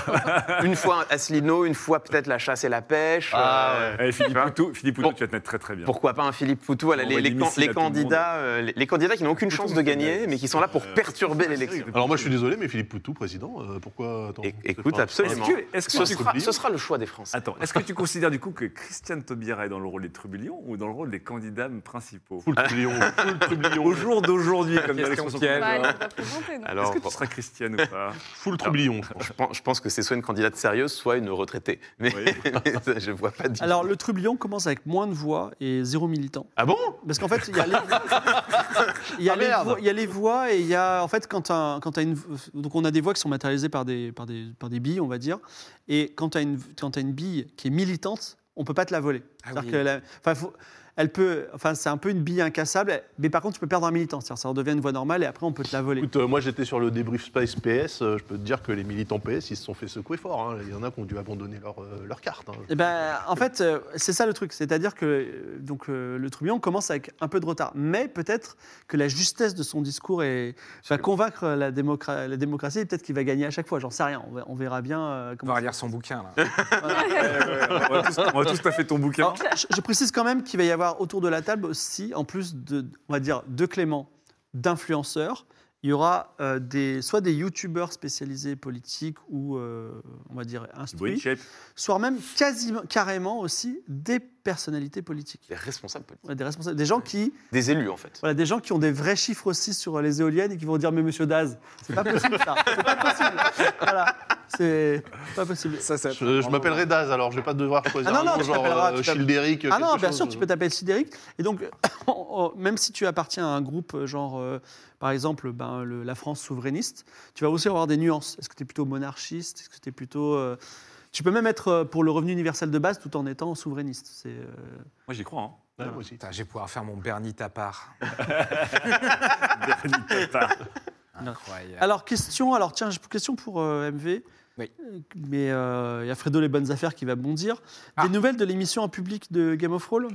une fois Asselineau, une fois peut-être la chasse et la pêche.
Ah,
euh,
Allez, Philippe
Hein
Poutou, Philippe Poutou,
Bon.
tu vas te mettre très très bien.
Pourquoi pas un Philippe Poutou Voilà,
On
les,
va
les
des
can-
missiles
les
à tout le monde.
candidats, euh, les, les candidats qui n'ont aucune chance de gagner, mais qui sont là pour
Euh,
perturber l'élection.
Alors moi, je suis désolé, mais Philippe Poutou, président, euh, pourquoi attends,
É-
c'est
Écoute,
pas-
Est-ce
absolument.
que, est-ce que
Ce
tu
sera,
crois-
ce sera le choix des Français.
Attends, est-ce que tu considères du coup que Christiane Taubira est dans le rôle des trublions ou dans le rôle des candidats principaux
Full trublion, full trublion,
Au jour d'aujourd'hui, comme dans
Question
l'élection
piège.
présidentielle,
Bah, elle s'est pas présentée, donc.
Alors,
est-ce que tu seras Christiane ou pas
full trublion, je pense.
je, pense, je pense que c'est soit une candidate sérieuse, soit une retraitée. Mais,
Oui.
mais ça, je vois pas du
Alors, le trublion commence avec moins de voix et zéro militant.
Ah bon
Parce qu'en fait, il y a les, il y a
Ah,
les
merde.
voix, il y a les voix et il y a en fait quand un- quand t'as une donc on a des voix qui sont matérialisées par des par des par des billes, on va dire. Et quand tu as une quand t'as une bille qui est militante, on peut pas te la voler.
Ah
C'est-à-dire que la- enfin, faut- elle peut enfin c'est un peu une bille incassable, mais par contre tu peux perdre un militant, c'est-à-dire ça redevient une voix normale et après on peut te la voler.
Écoute, euh, moi j'étais sur le débrief Space PS, euh, je peux te dire que les militants PS, ils se sont fait secouer fort. hein. Il y en a qui ont dû abandonner leur, euh, leur carte. hein.
Eh ben, en fait, euh, c'est ça le truc. C'est-à-dire que euh, donc, euh, le trublion commence avec un peu de retard. Mais peut-être que la justesse de son discours est, va convaincre la, démocra- la démocratie et peut-être qu'il va gagner à chaque fois. J'en sais rien. On, va- on verra bien. euh,
On
comment
va
ça-
lire son bouquin, là.
on, va tous, on va tous taffer ton bouquin.
Je, je précise quand même qu'il va y avoir autour de la table aussi, en plus de, on va dire, de Clément, d'influenceurs, il y aura euh, des, soit des youtubeurs spécialisés politiques ou, euh, on va dire,
Body
instruits,
shape.
soit même quasiment, carrément aussi des personnalités politiques.
Des responsables politiques.
Ouais, des responsables, des gens qui,
Des élus, en fait.
voilà, des gens qui ont des vrais chiffres aussi sur les éoliennes et qui vont dire mais Monsieur Daz, c'est pas possible ça, c'est pas possible, voilà, c'est pas possible.
Ça, ça-
Je, je m'appellerai Daz, alors je vais pas devoir choisir
Ah non,
un
non,
nom
tu
genre
t'appelleras,
euh,
tu t'appelles-
Childéric.
Ah non,
quelque
bien
chose. hein. euh,
sûr, tu peux t'appeler Sidéric. Et donc, on- on- même si tu appartiens à un groupe, euh, genre, euh, par exemple, ben, le- la France souverainiste, tu vas aussi avoir des nuances. Est-ce que tu es plutôt monarchiste Est-ce que tu es plutôt. euh, Tu peux même être euh, pour le revenu universel de base tout en étant souverainiste. C'est, euh,
Moi j'y crois. Hein.
Ouais, moi aussi.
Putain, je vais pouvoir faire mon Bernie Tapard.
Bernie Taupin.
Incroyable.
Alors, question, alors, tiens, j'ai une question pour euh, MV.
Oui.
Euh, Mais euh, il y a Fredo Les Bonnes Affaires qui va bondir.
Ah.
Des nouvelles de l'émission en public de Game of
Eh
Ah, Roll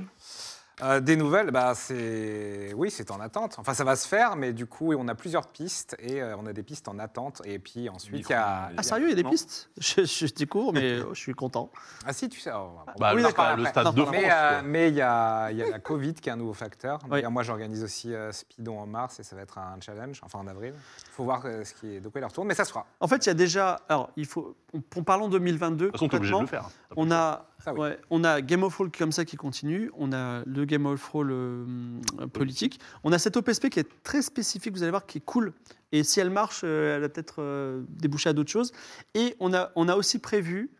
Euh, des nouvelles, bah, c'est... Oui, c'est en attente. Enfin, ça va se faire, mais du coup, on a plusieurs pistes, et euh, on a des pistes en attente, et puis ensuite, il y a...
Micro-
Ah, sérieux, il y a des
Non.
pistes je, je découvre, mais oh, je suis content.
Ah si, tu sais... oh, bah,
Bah,
on
Oui,
le,
en
stade-
parle
le
après.
stade de France.
Mais euh,
quoi.
mais il y, a, il y a la Covid qui est un nouveau facteur.
Oui.
D'ailleurs, Moi, j'organise aussi euh, Speedon en mars et ça va être un challenge, enfin en avril. Il faut voir euh, ce qui est, de quoi il retourne, mais ça se fera.
En fait, il y a déjà. Alors, il faut. on- on- parlons 2022.
De toute façon, t'es obligé de
concrètement.
le faire. hein.
On a,
Ça, oui.
ouais, on a Game of Thrones comme ça qui continue. On a le Game of Thrones euh, hum, politique. On a cette OPSP qui est très spécifique, vous allez voir, qui est cool. Et si elle marche, euh, elle va peut-être euh, déboucher à d'autres choses. Et on a, on a aussi prévu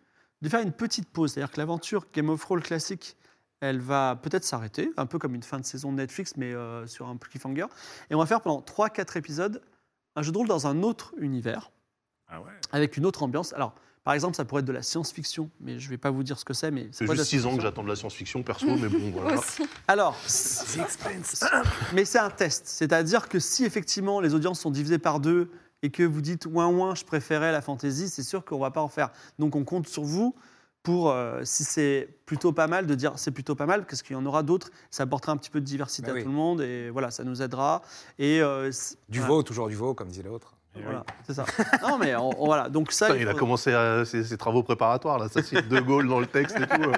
de faire une petite pause. C'est-à-dire que l'aventure Game of Thrones classique, elle va peut-être s'arrêter, un peu comme une fin de saison de Netflix, mais euh, sur un cliffhanger. Et on va faire pendant 3-4 épisodes un jeu de rôle dans un autre univers
Ah ouais.
avec une autre ambiance. Alors, par exemple, ça pourrait être de la science-fiction, mais je ne vais pas vous dire ce que c'est. Mais ça
C'est
pourrait être
juste
de la
6 ans que
science-fiction.
j'attends de la science-fiction, perso, mais bon, voilà.
Aussi.
Alors, mais c'est un test. C'est-à-dire que si effectivement les audiences sont divisées par deux et que vous dites ouin ouin, je préférais la fantaisie, c'est sûr qu'on ne va pas en faire. Donc, on compte sur vous pour, euh, si c'est plutôt pas mal, de dire c'est plutôt pas mal, parce qu'il y en aura d'autres. Ça apportera un petit peu de diversité
Bah
à
oui.
tout le monde et voilà, ça nous aidera. Et euh, c'est-
Du
voilà.
veau, toujours du veau, comme dit l'autre.
Voilà, c'est ça. Non, mais on- on- voilà. Donc ça,
Putain,
il
il a
faut-
commencé à- ses, ses travaux préparatoires, là. Ça, c'est De Gaulle dans le texte et tout. euh.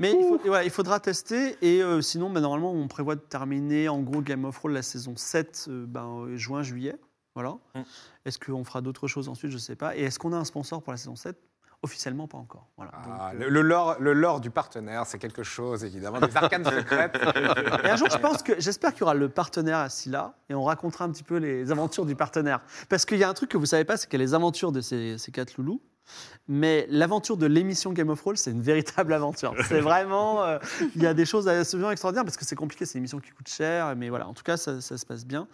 Mais il, faut- voilà, il faudra tester. Et euh, sinon, ben, normalement, on prévoit de terminer en gros Game of Thrones la saison 7, euh, ben, euh, juin, juillet. Voilà.
Mm.
Est-ce qu'on fera d'autres choses ensuite Je ne sais pas. Et est-ce qu'on a un sponsor pour la saison 7 Officiellement, pas encore. Voilà.
Ah,
Donc, euh,
le, le lore, le lore du partenaire, c'est quelque chose, évidemment. Des arcanes secrètes.
Et un jour, je pense que j'espère qu'il y aura le partenaire assis là et on racontera un petit peu les aventures du partenaire. Parce qu'il y a un truc que vous savez pas, c'est qu'il y a les aventures de ces, ces quatre loulous. Mais l'aventure de l'émission Game of Thrones, c'est une véritable aventure. C'est vraiment, euh, il y a des choses absolument extraordinaires parce que c'est compliqué, c'est une émission qui coûte cher. Mais voilà, en tout cas, ça, ça se passe bien.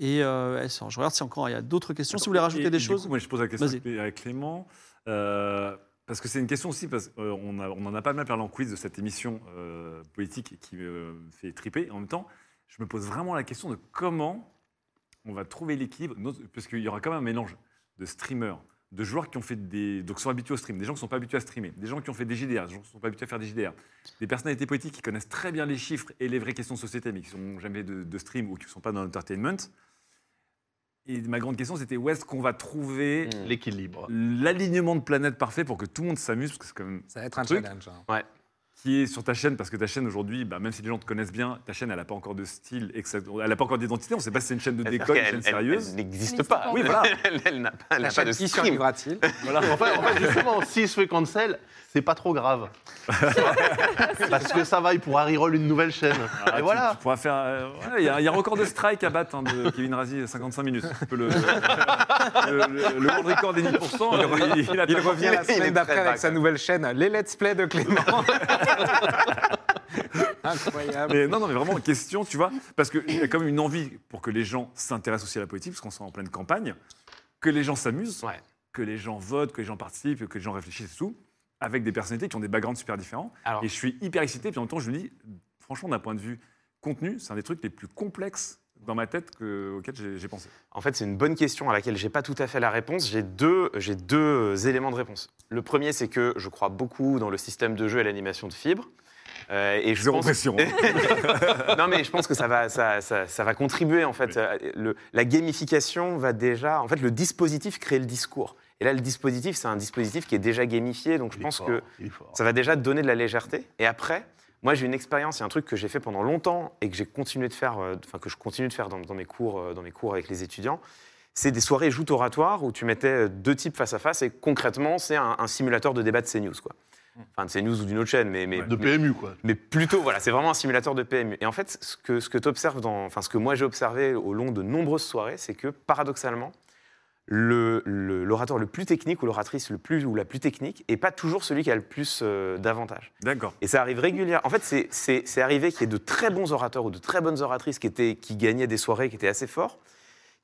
Et euh, je regarde si encore il y a d'autres questions. si vous voulez
Et-
rajouter
et
des
du
choses.
coup, moi je pose la question
Vas-y.
à Clément. Euh, Parce que c'est une question aussi, parce qu'on on en a pas mal parlé en quiz de cette émission euh, politique qui euh, fait triper. En même temps, je me pose vraiment la question de comment on va trouver l'équilibre, nos- parce qu'il y aura quand même un mélange de streamers, de joueurs qui ont fait des, donc sont habitués au stream, des gens qui ne sont pas habitués à streamer, des gens qui ont fait des JDR, des gens qui ne sont pas habitués à faire des JDR, des personnalités politiques qui connaissent très bien les chiffres et les vraies questions de société, mais qui n'ont jamais de, de stream ou qui ne sont pas dans l'entertainment. Et ma grande question, c'était où est-ce qu'on va trouver
Hmm.
L'équilibre.
Mm.
l'alignement de planète parfait pour que tout le monde s'amuse, parce que c'est quand même
Ça va être un
Truc.
challenge. hein.
qui est sur ta chaîne, parce que ta chaîne aujourd'hui, bah, même si les gens te connaissent bien, ta chaîne, elle n'a pas encore de style, et que ça- elle n'a pas encore d'identité, on ne sait pas si c'est une chaîne de
C'est-à-dire
déconne, une
qu'elle-
chaîne
elle-
sérieuse.
Elle
Elle
n'existe
n'existe
pas.
pas.
Oui, voilà.
Elle, elle n'a pas, elle
La
n'a pas de
chaîne qui
stream.
survivra-t-il
En fait, en fait, justement, s'il se fait cancel, c'est pas trop grave. Parce que ça va, il pourra reroll une nouvelle chaîne.
Ah,
Et
tu-
voilà.
tu pourras faire. euh, voilà, Il y, a il y a un record de strike à battre hein, de Kevin Razi, 55 minutes. Tu peux le, le, le- le world record des 10%. euh, Il, il a-
Il revient la
Il est très
semaine d'après
vague,
avec sa
ouais.
nouvelle chaîne, les Let's Play de Clément. Incroyable.
Mais non, non, mais vraiment, question, tu vois, parce qu'il y a quand même une envie pour que les gens s'intéressent aussi à la politique, parce qu'on sera en pleine campagne, que les gens s'amusent,
Ouais.
que les gens votent, que les gens participent, que les gens réfléchissent et tout, avec des personnalités qui ont des backgrounds super différents.
Alors-
Et je suis hyper excité, puis en même temps, je me dis, franchement, d'un point de vue contenu, c'est un des trucs les plus complexes dans ma tête que, auquel j'ai j'ai pensé.
En fait, c'est une bonne question à laquelle j'ai pas tout à fait la réponse. J'ai deux, j'ai deux éléments de réponse. Le premier, c'est que je crois beaucoup dans le système de jeu et l'animation de fibres. Euh, et je
Zéro
pense-
pression. hein.
non, mais je pense que ça va, ça, ça- ça va contribuer, en fait. Euh, le- la gamification va déjà. En fait, le dispositif crée le discours. Et là, le dispositif, c'est un dispositif qui est déjà gamifié. Donc, je
Il est
pense
fort,
que
il est fort.
ça va déjà te donner de la légèreté. Et après, moi, j'ai une expérience, et un truc que j'ai fait pendant longtemps et que j'ai continué de faire, euh, enfin que je continue de faire dans, dans mes cours, euh, dans mes cours avec les étudiants. C'est des soirées joutes oratoires où tu mettais euh, deux types face à face et concrètement, c'est un, un simulateur de débat de CNews, quoi.
Hmm.
Enfin, de CNews ou d'une autre chaîne, mais, mais,
De
mais-
PMU, quoi.
mais plutôt, voilà, c'est vraiment un simulateur de PMU. Et en fait, ce que, ce que t'observes dans, enfin, ce que moi j'ai observé au long de nombreuses soirées, c'est que paradoxalement, le- le- l'orateur le, plus technique ou l'oratrice le plus ou la plus technique n'est pas toujours celui qui a le plus euh, d'avantages.
D'accord.
Et ça arrive régulièrement. En fait, c'est- c'est c'est arrivé qu'il y ait de très bons orateurs ou de très bonnes oratrices qui, étaient, qui gagnaient des soirées, qui étaient assez forts,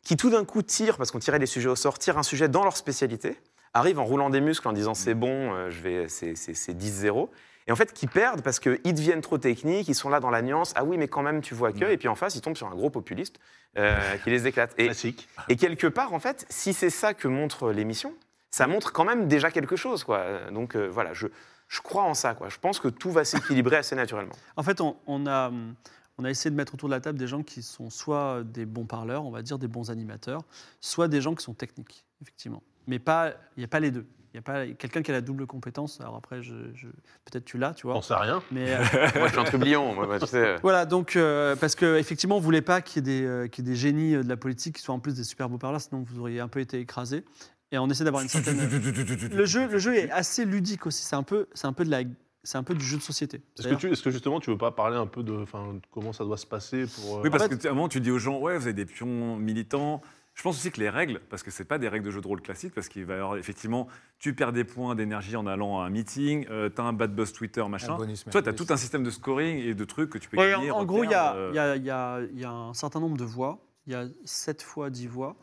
qui tout d'un coup tirent, parce qu'on tirait les sujets au sort, tirent un sujet dans leur spécialité, arrivent en roulant des muscles en disant c'est bon, euh, je vais, c'est c'est- c'est 10-0. Et en fait, qui perdent parce qu'ils deviennent trop techniques, ils sont là dans la nuance, ah oui, mais quand même, tu vois que. Et puis en face, ils tombent sur un gros populiste euh, qui les éclate. Et,
Classique.
et quelque part, en fait, si c'est ça que montre l'émission, ça montre quand même déjà quelque chose, quoi. Donc euh, voilà, je, je crois en ça, quoi. Je pense que tout va s'équilibrer assez naturellement.
En fait, on, on a, hum, on a essayé de mettre autour de la table des gens qui sont soit des bons parleurs, on va dire des bons animateurs, soit des gens qui sont techniques, effectivement. Mais pas, il n'y a pas les deux. Il n'y a pas quelqu'un qui a la double compétence. Alors après, je, je- peut-être tu l'as, tu vois.
Pense à rien.
Mais euh,
Moi, je suis un trublion, moi, moi, tu sais. euh,
voilà, donc, euh, parce qu'effectivement, on ne voulait pas qu'il y, ait des, euh, qu'il y ait des génies euh, de la politique qui soient en plus des super beaux parleurs, sinon vous auriez un peu été écrasés. Et on essaie d'avoir une certaine. euh, Le jeu, le jeu est assez ludique aussi. C'est un peu, c'est un peu de la, c'est un peu du jeu de société.
Est-ce que, tu- est-ce que justement, tu veux pas parler un peu de enfin, comment ça doit se passer pour. euh,
Oui, parce
En fait-
que tu- à un moment, tu dis aux gens, ouais, vous avez des pions militants. Je pense aussi que les règles, parce que c'est pas des règles de jeu de rôle classiques, parce qu'il va y avoir effectivement, tu perds des points d'énergie en allant à un meeting, euh, t'as un bad buzz Twitter, machin.
Un bonus,
Toi, t'as
merveilleux.
tout un système de scoring et de trucs que tu peux
Ah, Ouais,
gagner. euh,
en, en gros, il y, a-
repères,
il y a- il y a- il y a un certain nombre de voix. Il y a 7 fois 10 voix.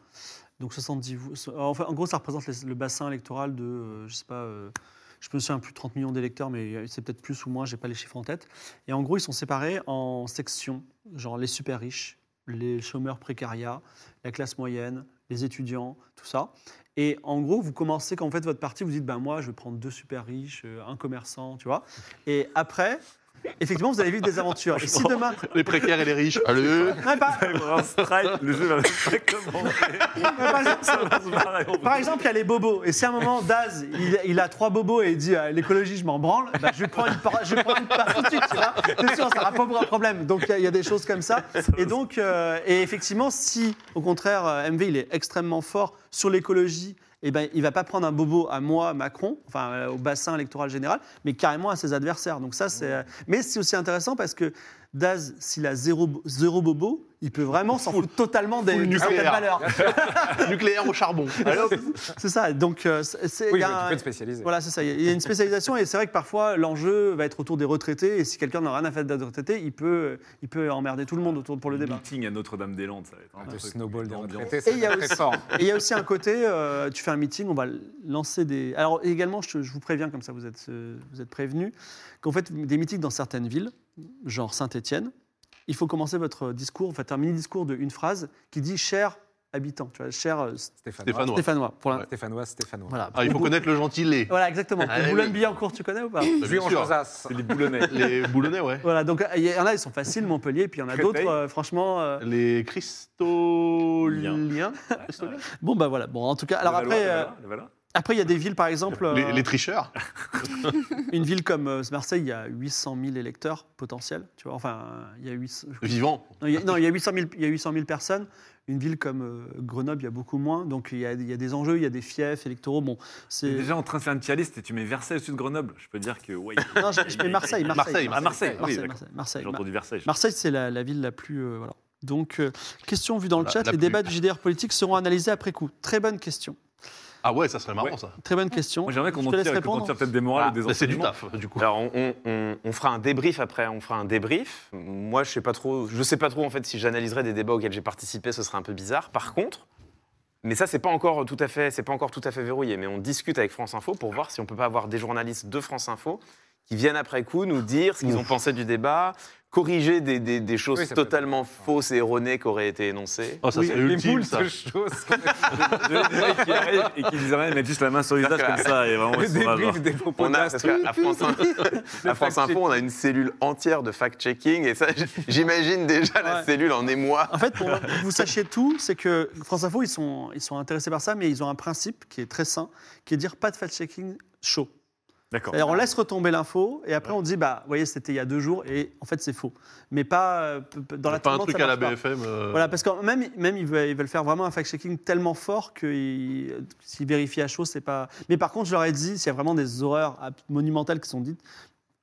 Donc 70 voix. so- En, fait, en gros, ça représente les- le bassin électoral de, euh, je sais pas, euh, je me souviens plus de 30 millions d'électeurs, mais c'est peut-être plus ou moins, j'ai pas les chiffres en tête. Et en gros, ils sont séparés en sections, genre les super riches, les chômeurs précariats, la classe moyenne, les étudiants, tout ça. Et en gros, vous commencez, quand vous faites votre partie, vous dites, ben moi, je vais prendre deux super riches, euh, un commerçant, tu vois. Et après, effectivement, vous allez vivre des aventures. Et si demain,
Les précaires et les riches. Allez
non, mais par,
Il va y avoir un strike, le jeu va pas commencer.
mais par exemple,
Ça va se barrer, on
par
va-
exemple, il y a les bobos. Et si à un moment, Daz, il, il a trois bobos et il dit ah, l'écologie, je m'en branle, bah, je vais prendre une part, je vais prendre une part tout de suite, tu vois. C'est sûr, ça n'aura pas un problème. Donc, il y a- il y, a des choses comme ça. Et donc, euh, et effectivement, si au contraire, euh, MV, il est extrêmement fort sur l'écologie, eh ben, il va pas prendre un bobo à moi, Macron, enfin euh, au bassin électoral général, mais carrément à ses adversaires. Donc ça, c'est. euh, Mais c'est aussi intéressant parce que Daz, s'il a zéro, bo- zéro bobo, il peut vraiment s'en foutre totalement des,
full
des
nucléaire.
soldats de valeur.
Nucléaire au charbon. Allez, hop.
C'est ça. Donc, euh, c'est- c'est- il
Oui,
y a
mais tu
un-
peux te spécialiser.
Voilà, c'est ça. Il y a une spécialisation et c'est vrai que parfois l'enjeu va être autour des retraités et si quelqu'un n'a rien à faire des retraités, il peut, il peut emmerder tout le monde autour pour le débat. Ah,
Meeting à Notre-Dame-des-Landes, ça va être un
Le
truc
snowball des
d'ambiance.
retraités,
Et il y a
c'est
aussi-
très fort.
Et il y a aussi un côté, euh, tu fais un meeting, on va lancer des. Alors également, je, te- je vous préviens, comme ça vous êtes, euh, vous êtes prévenus, qu'en fait, des meetings dans certaines villes, genre Saint-Étienne, il faut commencer votre discours, vous faites un mini-discours de une phrase qui dit cher habitant, tu vois, cher euh,
Stéphanois.
Stéphanois. Pour la-
Ouais.
Stéphanois, Stéphanois.
Voilà.
Ah, il faut connaître le gentilé.
Voilà, exactement.
eh
Ah, oui.
Boulogne-Billancourt, tu connais ou pas
Bien
Vu en
sûr.
Josas.
C'est les boulonnais.
Les Boulonnais, ouais.
Voilà, donc il y en a, ils sont faciles, Montpellier, puis il y en a d'autres,
Créteil.
euh, franchement. euh,
Les cristoliens.
Bon, bah voilà. Bon, en tout cas, alors
Les Valois,
après,
les
euh,
Valois, les Valois.
après, il y a des villes, par exemple.
Les,
euh,
les tricheurs.
Une ville comme euh, Marseille, il y a 800 000 électeurs potentiels. Tu vois, enfin, il y a 800
Vivants.
non, il y a, non, il y a 800 000, il y a 800 000 personnes. Une ville comme euh, Grenoble, il y a beaucoup moins. Donc il y a, il y a des enjeux, il y a des fiefs électoraux. Bon,
T'es
c'est.
déjà en train de faire une tier list et tu mets Versailles au-dessus de Grenoble. Je peux dire que, ouais.
Non, je, je mets Marseille, Marseille.
Marseille,
Ah, Marseille, oui,
Marseille,
d'accord.
Marseille, Marseille.
J'ai entendu Versailles.
Marseille, c'est la, la ville la plus. euh, voilà. Donc, euh, question vue dans le
La-
chat,
la
les
plus.
débats du JDR politique seront analysés après coup. Très bonne question.
Ah ouais, ça serait marrant,
Ouais.
ça.
Très bonne question.
Moi, j'aimerais qu'on
Je
en
te laisse
tire, qu'on en
répondre.
tire peut-être des morales
Ah,
ou des
Bah, c'est du
enseignements.
taf, du coup.
Alors, on, on- on- on fera un débrief après. On fera un débrief. Moi, je sais pas trop. Je sais pas trop en fait si j'analyserai des débats auxquels j'ai participé, ce serait un peu bizarre. Par contre, mais ça, c'est pas encore tout à fait, c'est pas encore tout à fait verrouillé. Mais on discute avec France Info pour voir si on peut pas avoir des journalistes de France Info qui viennent après coup nous dire ce qu'ils ont pensé du débat, corriger des, des- des choses
Oui, ça peut être
totalement fausses et erronées qui auraient été énoncées.
Oh, ça
Oui,
serait
Les
ultime,
moules
ça.
de choses.
Et qui arrivent et qui disent rien, ils mettent juste la main sur le visage comme ça. Et vraiment,
Le
ils sont là, genre.
débrief des propos
On a, parce
d'Astre.
que à France, à France Info, on a une cellule entière de fact-checking et ça, j'imagine déjà la
Ouais.
cellule en émoi.
En fait, pour que vous sachiez tout, c'est que France Info, ils sont, ils sont intéressés par ça, mais ils ont un principe qui est très sain, qui est de dire pas de fact-checking chaud.
D'accord.
C'est-à-dire, on laisse retomber l'info, et après, on dit, bah, vous voyez, c'était il y a deux jours, et en fait, c'est faux. Mais pas euh, p- p- dans la
pas un
tendance,
truc
ça
à la
marche pas.
BFM. euh,
Voilà, parce que même, même ils, veulent, ils veulent faire vraiment un fact-checking tellement fort que ils- s'ils vérifient à chaud, c'est pas. Mais par contre, je leur ai dit, s'il y a vraiment des horreurs ab- monumentales qui sont dites,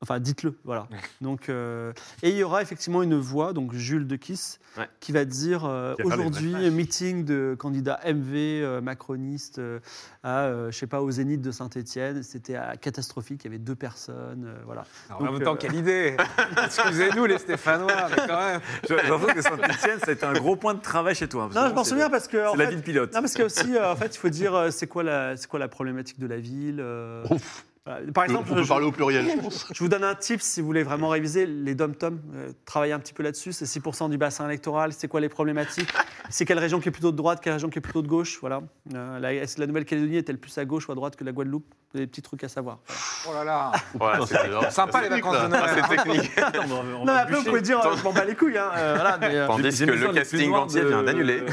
enfin, dites-le, voilà. Donc, euh, et il y aura effectivement une voix, donc Jules de Kiss,
Ouais.
qui va dire euh,
Qui va faire des
aujourd'hui, meeting de candidats MV, euh, macronistes, euh, à, euh, je sais pas, au Zénith de Saint-Etienne, c'était à catastrophique, il y avait deux personnes, euh, voilà.
Alors,
Donc,
en même temps,
euh,
quelle idée Excusez-nous, les Stéphanois, mais quand même.
J'ai l'impression que Saint-Etienne, ça a été un gros point de travail chez toi. hein, parce que
Non, je m'en
c'est-
souviens parce que. en
C'est la
fait,
ville pilote.
Non, parce que aussi, euh, en fait, il faut dire euh, c'est quoi, la- c'est quoi la problématique de la ville. euh,
Ouf.
voilà. Par
on peut-
exemple,
on peut
je,
parler au pluriel, je pense.
je vous donne un tip si vous voulez vraiment réviser les dom-tom, euh, travaillez un petit peu là-dessus. C'est 6% du bassin électoral, c'est quoi les problématiques, c'est quelle région qui est plutôt de droite, quelle région qui est plutôt de gauche. Voilà. Euh, la est-ce que la Nouvelle-Calédonie est-elle plus à gauche ou à droite que la Guadeloupe Des petits trucs à savoir.
Oh là là
Ah,
Voilà, c'est-
Sympa les
technique,
vacances de
ça.
Noël
c'est technique.
Non, mais on va- on
non, mais
va
après, vous
bûcher.
pouvez dire euh, je m'en bats les couilles. Hein, euh, voilà, mais, euh,
Tandis
J'ai-
que
j'ai mis
le
ça, les plus
casting
noirs
entier
de-
vient d'annuler.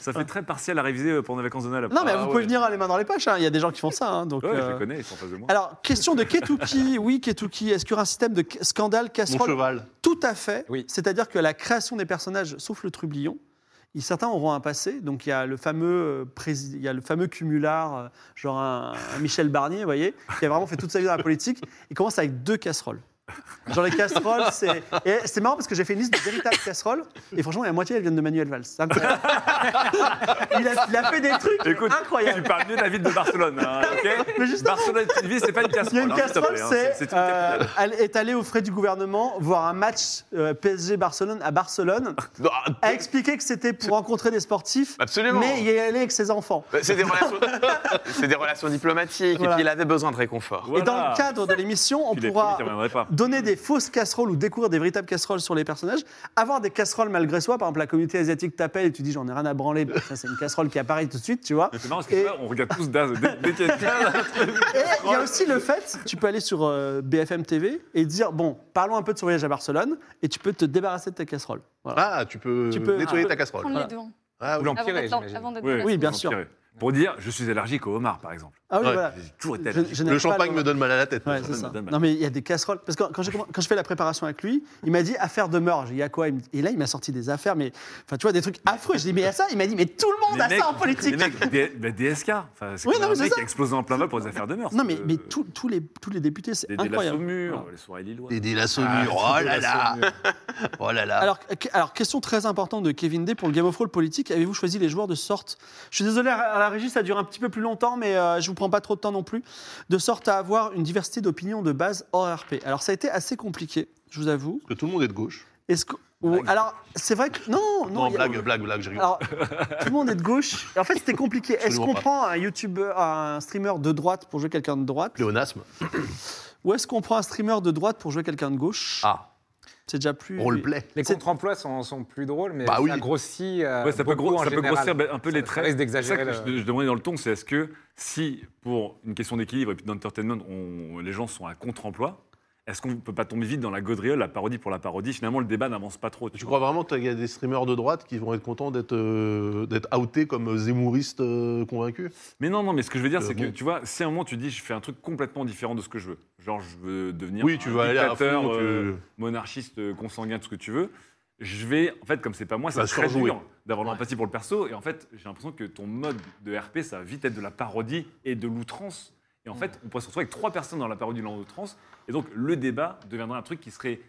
Ça fait très partiel à réviser pendant les vacances de Noël.
Non, mais
Ah,
vous
ouais.
pouvez venir les mains dans les poches, hein, il y a des gens qui font ça. hein, donc,
Ouais, je
euh,
les connais, ils sont en face de moi.
Alors, question de Ketuki. Oui, Ketuki, est-ce qu'il y aura un système de ca- scandale,
Mon
casserole
cheval.
Tout à fait.
Oui.
C'est-à-dire que la création des personnages, sauf le trublion, ils- certains auront un passé. Donc, il y a le fameux, euh, prési- il y a le fameux cumulard, euh, genre un, un Michel Barnier, vous voyez, qui a vraiment fait toute sa vie dans la politique. Il commence avec deux casseroles. Genre les casseroles, c'est. et C'est marrant parce que j'ai fait une liste de véritables casseroles et franchement, la moitié, elles viennent de Manuel Valls. C'est incroyable. il, a, il a fait des trucs
Écoute, tu
incroyables.
parles mieux de la ville de Barcelone. hein, ok
Mais justement,
Barcelone est une ville, c'est pas une
Il
casserole.
y a une
hein, s'il te
casserole,
plaît, hein,
c'est
une capitale.
euh, aller- est allé aux frais du gouvernement voir un match euh, PSG-Barcelone à Barcelone,
Bah,
a expliqué que c'était pour rencontrer des sportifs,
Absolument.
mais il y est allé avec ses enfants.
Bah, C'est des, relations... c'est des relations diplomatiques
Voilà.
et puis il avait besoin de réconfort.
Et dans le cadre de l'émission, euh, on
Il est
pourra
bah
fini, t'y reviendrai pas.
donner des fausses casseroles ou découvrir des véritables casseroles sur les personnages, avoir des casseroles malgré soi. Par exemple, la communauté asiatique t'appelle et tu dis j'en ai rien à branler, bah, ça c'est une casserole qui apparaît tout de suite, tu vois.
C'est marrant parce que
Et-
tu vois, on regarde tous Daz. Dès, dès qu'il y a Daz,
Et il y a aussi le fait, tu peux aller sur euh, BFM TV et dire bon, parlons un peu de son voyage à Barcelone et tu peux te débarrasser de ta casserole. Voilà.
Ah, tu peux
Tu peux-
nettoyer
ah.
ta casserole.
Prendre
Voilà.
les devants
Ah,
Ou
oui.
avant
l'empirer,
d'être l'en-
j'imagine.
avant d'être
Ouais,
dans la
Oui,
faut
bien
s'en
sûr.
tirer. pour dire je suis allergique au homard, par exemple.
Ah oui,
Ouais.
voilà.
J'ai toujours été
Je-
allergique.
je n'aime
Le
pas
champagne
le-
me donne mal à la tête.
Ouais,
Ça
c'est
donne-
ça.
donne mal.
Non, mais il y a des casseroles. Parce que quand, j'ai comm- quand je fais la préparation avec lui, il m'a dit affaire de mort. J'ai dit, il y a quoi Il me dit- Et là, il m'a sorti des affaires, mais enfin, tu vois, des trucs affreux. Je dis, mais il y a ça Il m'a dit, mais tout le monde
Les
a
mecs-
ça en politique.
Les mecs, des, bah, DSK. Enfin, c'est
Oui,
comme
non,
un
mais c'est
mec
ça.
qui a explosé en plein vol pour des affaires de meurtre.
Non, mais,
Euh,
mais tous- tous les, tous les députés, c'est
Des, des
incroyable. Ah.
Lassomur,
Voilà.
les soirées lilloises.
Et des lasso
Ah,
murs. Oh là
des
là Oh là là
Alors, que- alors, question très importante de Kevin Day pour le Game of Roll politique. Avez-vous choisi les joueurs de sorte Je suis désolé, à la régie, ça dure un petit peu plus longtemps, mais euh, je vous prends pas trop de temps non plus. De sorte à avoir une diversité d'opinions de base hors RP. Alors, ça a été assez compliqué, je vous avoue.
Que tout le monde est de gauche.
Est-ce que.
Ah
ou- alors, c'est vrai que. Non, non.
Non,
il y a-
blague, blague, blague, j'ai rigolé.
Alors, tout le monde est de gauche. En fait, c'était compliqué. Est-ce
Absolument
qu'on
pas.
prend un youtubeur, un streamer de droite pour jouer quelqu'un de droite
Pléonasme.
Ou est-ce qu'on prend un streamer de droite pour jouer quelqu'un de gauche
Ah,
C'est déjà plus.
roleplay.
Les
C'est-
contre-emplois sont, sont plus drôles, mais
Bah
ça
oui.
grossit. euh,
Ouais, ça peut,
beaucoup
gros-
en
ça peut
général.
grossir ben, un peu les
Ça- ça
traits.
risque
C'est ça
d'exagérer.
que je,
le-
je demandais dans le ton, c'est est-ce que si, pour une question d'équilibre et puis d'entertainment, on- les gens sont à contre-emploi, est-ce qu'on ne peut pas tomber vite dans la gaudriole, la parodie pour la parodie Finalement, le débat n'avance pas trop.
Tu crois vraiment qu'il y a des streamers de droite qui vont être contents d'être euh, d'être outés comme zémouristes euh, convaincus
Mais non, non, mais ce que je veux dire,
Euh,
c'est
bon.
que, tu vois, si à un moment tu dis, je fais un truc complètement différent de ce que je veux, genre je veux devenir
Oui, tu
un
vas aller à
dictateur,
fond, tu-
euh, monarchiste, euh, consanguin, tout ce que tu veux, je vais, en fait, comme c'est pas moi, c'est
vas
très
surjouer.
dur d'avoir de l'empathie pour le perso, et en fait, j'ai l'impression que ton mode de RP, ça va vite être de la parodie et de l'outrance, et en fait, on pourrait se retrouver avec trois personnes dans la parodie de l'outrance, et donc le débat deviendrait un truc qui serait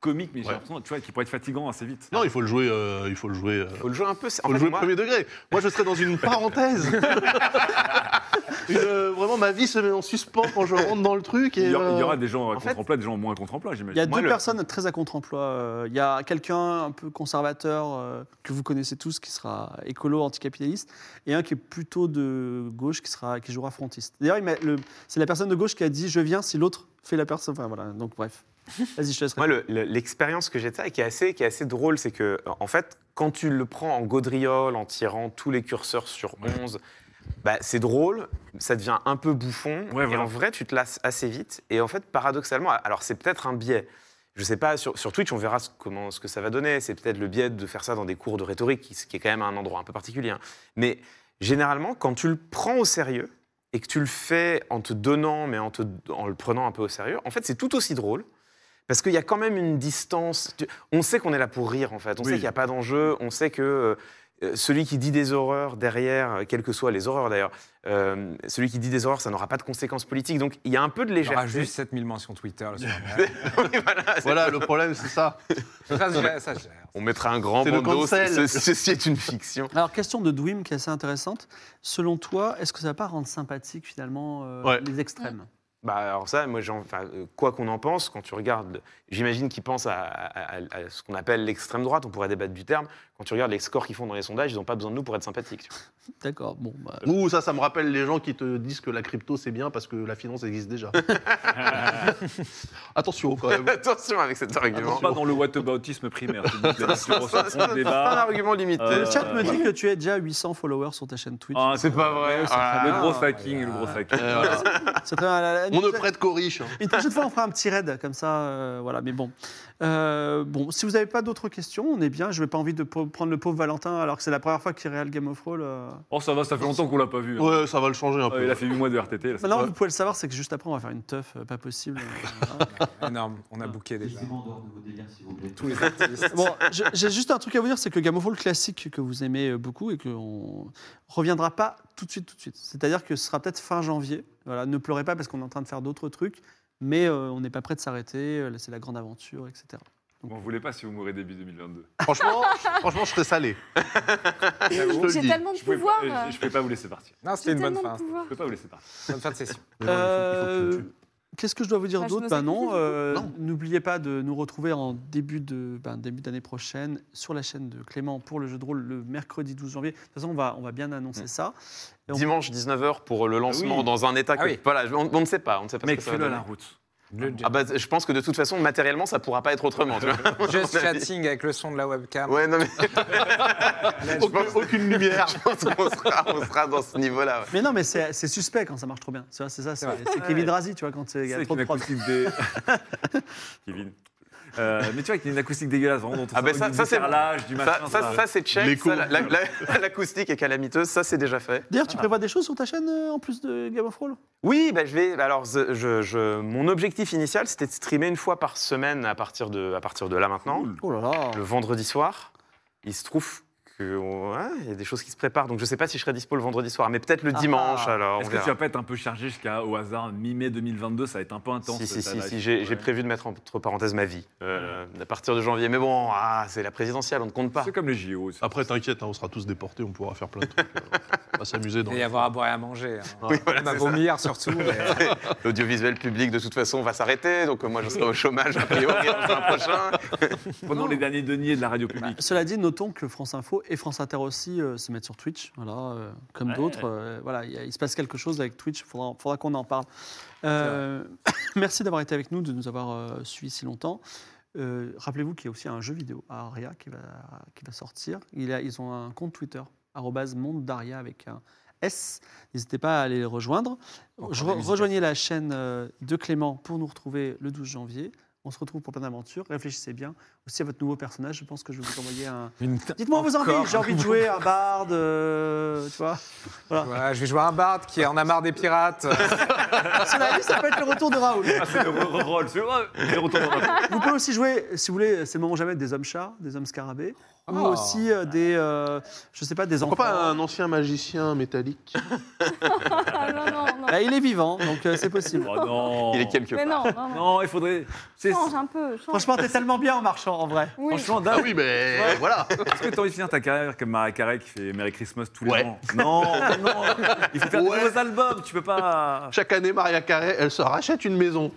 comique, mais j'ai
Ouais.
l'impression, tu vois, qui pourrait être fatigant assez vite.
Non, il faut le jouer. euh, il faut le jouer. euh,
Faut le jouer un peu. c'est-
faut
en
le
fait,
jouer
moi-
premier degré. Moi, je serais dans une parenthèse. Une, euh, vraiment, ma vie se met en suspens quand je rentre dans le truc. Et,
il, y aura, il y aura
euh,
des gens à
en fait-
contre-emploi, des gens moins à contre-emploi,
Il y a
j'imagine.
deux
Moi, le-
personnes très à contre-emploi. Euh, Il y a quelqu'un un peu conservateur euh, que vous connaissez tous qui sera écolo, anticapitaliste, et un qui est plutôt de gauche qui, sera, qui jouera frontiste. D'ailleurs, il m'a- le- c'est la personne de gauche qui a dit Je viens si l'autre fait la personne. Enfin voilà, donc bref. Vas-y, je te laisse.
Moi, le- le- l'expérience que j'ai de ça et qui est assez, qui est assez drôle, c'est que, en fait, quand tu le prends en gaudriole, en tirant tous les curseurs sur 11, bah, c'est drôle, ça devient un peu bouffon.
Ouais,
Et
voilà.
en vrai, tu te lasses assez vite. Et en fait, paradoxalement, alors c'est peut-être un biais. Je sais pas, sur, sur Twitch, on verra ce, comment, ce que ça va donner. C'est peut-être le biais de faire ça dans des cours de rhétorique, qui, ce qui est quand même un endroit un peu particulier. hein. Mais généralement, quand tu le prends au sérieux et que tu le fais en te donnant, mais en, te, en le prenant un peu au sérieux, en fait, c'est tout aussi drôle. Parce qu'il y a quand même une distance. Tu- On sait qu'on est là pour rire, en fait. On
Oui.
sait qu'il n'y a pas d'enjeu. On sait que euh, celui qui dit des horreurs derrière, euh, quelles que soient les horreurs d'ailleurs, euh, celui qui dit des horreurs, ça n'aura pas de conséquences politiques. Donc il y a un peu de
Il y aura
légèreté.
juste 7000 mentions Twitter. le soir. Ouais.
Oui, voilà, c'est-
Voilà, le problème, c'est ça.
ça se gère, ça se gère.
On mettra un grand
C'est le
bandeau.
cancel.
ce- ce- ceci est une fiction.
Alors, question de Dwim qui est assez intéressante. Selon toi, est-ce que ça va pas rendre sympathique finalement euh,
Ouais.
les extrêmes
Bah, alors ça, moi, j'en- enfin, euh, quoi qu'on en pense, quand tu regardes, j'imagine qu'ils pensent à, à- à- à ce qu'on appelle l'extrême droite, on pourrait débattre du terme. Quand tu regardes les scores qu'ils font dans les sondages, ils n'ont pas besoin de nous pour être sympathiques. tu vois.
D'accord, bon. bah,
Ouh, ça, ça me rappelle les gens qui te disent que la crypto, c'est bien parce que la finance existe déjà. Attention, quand même.
Attention avec cet argument.
Attention, pas dans le whataboutisme primaire. s'il vous plaît, parce que on
C'est
se trompe
un-
des
c'est un
barres.
argument limité.
Euh,
le chat me
voilà.
dit que tu es déjà à 800 followers sur ta chaîne Twitch.
Ah,
C'est pas vrai. Ah,
le
ah,
gros
ah,
hacking,
ah.
le gros hacking.
Euh, voilà.
C'est très bien. La- la-
On ne prête qu'aux riches. hein.
Une prochaine fois, on fera un petit raid comme ça, euh, voilà. Mais bon, Euh, bon, si vous n'avez pas d'autres questions, on est bien. Je n'ai pas envie de po- prendre le pauvre Valentin alors que c'est la première fois qu'il réal Game of Roll. euh.
Oh, ça va, ça fait longtemps qu'on l'a pas vu. hein.
Ouais, ça va le changer un
Ah,
peu.
il a fait 8 mois de RTT. là, c'est-
Maintenant, vous pouvez le savoir, c'est que juste après, on va faire une teuf, euh, pas possible. Euh,
Énorme, on a booké déjà.
Tous les
bon, je- j'ai juste un truc à vous dire, c'est que Game of Roll classique que vous aimez euh, beaucoup et qu'on reviendra pas tout de suite, tout de suite. C'est-à-dire que ce sera peut-être fin janvier. Voilà, ne pleurez pas parce qu'on est en train de faire d'autres trucs, mais euh, on n'est pas prêt de s'arrêter. euh, C'est la grande aventure, etc.
Vous m'en voulez pas si vous mourrez début 2022.
Franchement, franchement, je serais salé.
Ah,
Je te le
J'ai
dis.
tellement de
Je pouvais
pouvoir.
euh.
euh,
pas, je- je pouvais pas vous laisser partir.
Non,
J'ai
c'était une bonne
tellement de
fin.
pouvoir.
Je peux pas vous laisser partir.
Bonne fin de session.
Euh, Qu'est-ce que je dois vous dire
Bah, je
d'autre
me
Ben
sacrifie,
non,
du coup.
euh, n'oubliez pas de nous retrouver en début de ben, début d'année prochaine sur la chaîne de Clément pour le jeu de rôle le mercredi 12 janvier. De toute façon, on va on va bien annoncer ça. Donc-
Dimanche 19h pour le lancement
Ah oui.
dans un état que.
Ah oui.
Voilà, on, on ne sait pas. On ne sait pas
Mec,
ce que ça va
fais-le à la
donner.
route.
Ah bah, je pense que de toute façon, matériellement, ça ne pourra pas être autrement. tu vois.
Just chatting avec le son de la webcam.
Ouais, non, mais. aucune, lumière. Je pense qu'on sera, on sera dans ce niveau-là. ouais.
Mais non, mais c'est c'est suspect quand ça marche trop bien. C'est c'est ça, c'est
vrai.
c'est Kevin Razi, tu vois, quand il y a
C'est
trop
une
de prod.
acoustique des. Kevin. Euh, mais tu vois, avec une acoustique dégueulasse, vraiment, dont on
Ah ben
sent
ça,
du
ça, c'est bon.
déferlage, du
Ça,
machin.
ça, ça, c'est check.
L'écho.
ça, la- la- la- L'acoustique est calamiteuse, ça c'est déjà fait.
D'ailleurs, tu prévois des choses sur ta chaîne euh, en plus de Game of Thrones
Oui, bah, je vais. Alors, je- je- je- mon objectif initial, c'était de streamer une fois par semaine à partir de, à partir de là maintenant,
Oh là là
le vendredi soir. Il se trouve que ouais, il y a des choses qui se préparent, donc je sais pas si je serai dispo le vendredi soir, mais peut-être le
Ah.
dimanche. Alors, on
Est-ce que
verra.
tu vas pas être un peu chargé jusqu'à au hasard mi-mai 2022 Ça va être un peu intense.
Si, si,
ça
si,
va
si,
être-
j'ai
ouais.
j'ai prévu de mettre entre parenthèses ma vie euh, à partir de janvier. Mais bon, ah, c'est la présidentielle, on ne compte pas. Ah,
C'est comme les JO. c'est-
Après, t'inquiète, hein, on sera tous déportés, on pourra faire plein de trucs. euh, on va s'amuser
Il
dans
va y
les-
avoir à boire et à manger. hein.
Oui, voilà,
On va
c'est ça.
vomir surtout. mais-
L'audiovisuel public, de toute façon, va s'arrêter. Donc, euh, moi, je serai au chômage, a priori, en juin prochain.
Pendant les derniers deniers de la radio
Ah,
publique.
Cela dit, notons que France Info et France Inter aussi euh, se mettent sur Twitch, voilà, euh, comme d'autres. euh, voilà, il y a- il se passe quelque chose avec Twitch, il faudra, faudra qu'on en parle. Euh, merci d'avoir été avec nous, de nous avoir euh, suivis si longtemps. Euh, Rappelez-vous qu'il y a aussi un jeu vidéo à Aria qui va, qui va sortir. Il y a- ils ont un compte Twitter, arrobase monde d'Aria avec un S. N'hésitez pas à aller les rejoindre.
Encore
Je-
des musiques.
rejoignez la chaîne euh, de Clément pour nous retrouver le 12 janvier. On se retrouve pour plein d'aventures. Réfléchissez bien aussi à votre nouveau personnage. Je pense que je vais vous envoyer un.
Une-
Dites-moi vos
Encore.
envies. J'ai envie de jouer un barde. euh, tu vois
Voilà, je vais jouer un barde qui en a marre des pirates.
Cela dit, ça peut être le retour de Raoul.
C'est le roll. C'est le retour dans la-
Vous pouvez aussi jouer, si vous voulez, c'est le moment jamais, des hommes chats, des hommes scarabées. Ou
Oh.
aussi euh, des. euh, je sais pas, des enfants.
Pourquoi pas un ancien magicien métallique
Ah, non, non, non.
Là, il est vivant, donc euh, c'est possible.
Oh non.
Il est quelque
Mais
part.
non, vraiment.
Non, il faudrait. c'est-
Change un peu, change.
Franchement, t'es tellement bien en marchant, en vrai.
Oui.
Franchement,
Ah
dingue.
oui, mais voilà
Est-ce que t'as envie de finir ta carrière comme Maria Carey qui fait Merry Christmas tous les
Ouais.
ans Non, non. Il faut faire
Ouais.
des nouveaux albums. Tu peux pas.
Chaque année, Maria Carré, elle se rachète une maison.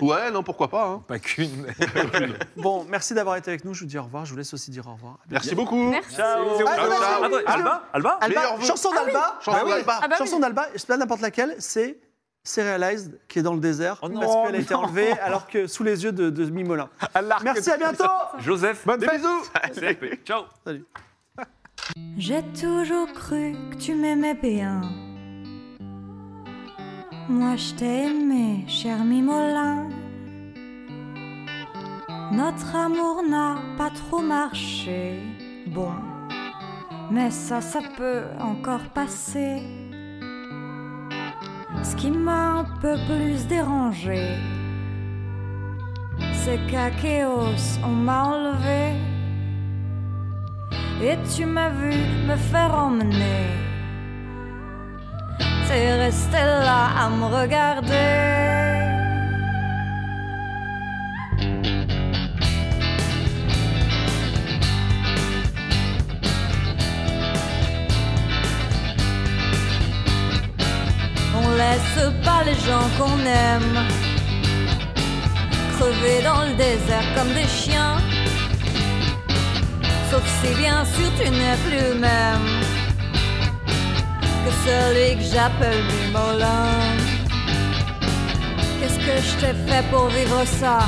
Ouais, non, pourquoi pas. hein.
Pas qu'une. mais-
Bon, merci d'avoir été avec nous. Je vous dis au revoir. Je vous laisse aussi dire au revoir.
Merci beaucoup.
Merci.
Allez,
Ciao.
vas-y,
Attends,
vas-y.
Alba, Alba.
Alba,
Meilleur vœu.
chanson d'Alba.
Chanson
Bah oui.
Ah
d'Alba.
bah oui.
Chanson d'Alba, c'est pas n'importe laquelle, c'est Serialized qui est dans le désert
Oh non,
parce qu'elle a été
non.
enlevée alors que sous les yeux de, de Mimolin. Merci, à bientôt.
Joseph.
Bonne fête.
CRP. Ciao.
J'ai toujours cru que tu m'aimais bien. Moi je t'ai aimé, cher Mimolin. Notre amour n'a pas trop marché. Bon, mais ça, ça peut encore passer. Ce qui m'a un peu plus dérangé, c'est qu'à Chaos, on m'a enlevé et tu m'as vu me faire emmener. T'es resté là à me regarder. On laisse pas les gens qu'on aime crever dans le désert comme des chiens. Sauf si bien sûr tu n'es plus le même que celui que j'appelle Mimolin. Qu'est-ce que je t'ai fait pour vivre ça?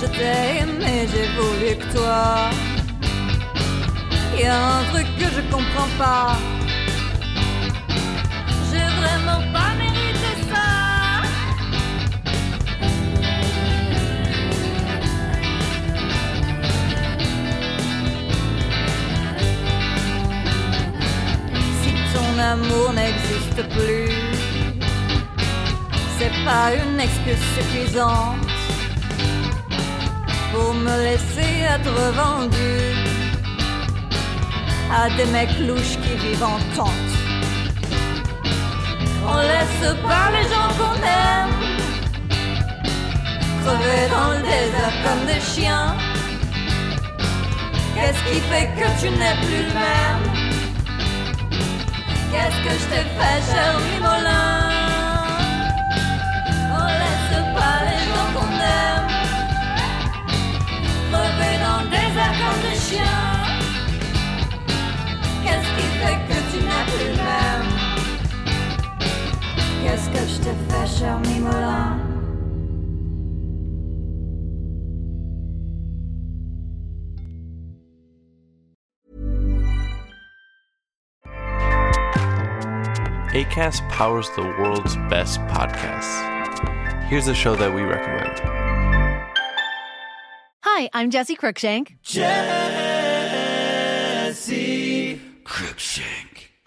Je t'ai aimé, j'ai voulu que toi. Y a un truc que je comprends pas. J'ai vraiment pas mérité ça. Si ton amour n'existe plus, c'est pas une excuse suffisante pour me laisser être vendu à des mecs louches qui vivent en tente. On laisse pas les gens qu'on aime crever dans le désert comme des chiens. Qu'est-ce qui fait que tu n'es plus le même? Qu'est-ce que je t'ai fait, cher Mimolin On laisse pas les gens qu'on aime Crever dans le désert comme des chiens Qu'est-ce qui fait que tu n'es plus le même Qu'est-ce que je t'ai fait, cher Mimolin
ACAST powers the world's best podcasts. Here's a show that we recommend.
Hi, I'm Jesse Cruikshank.
Jesse Cruikshank.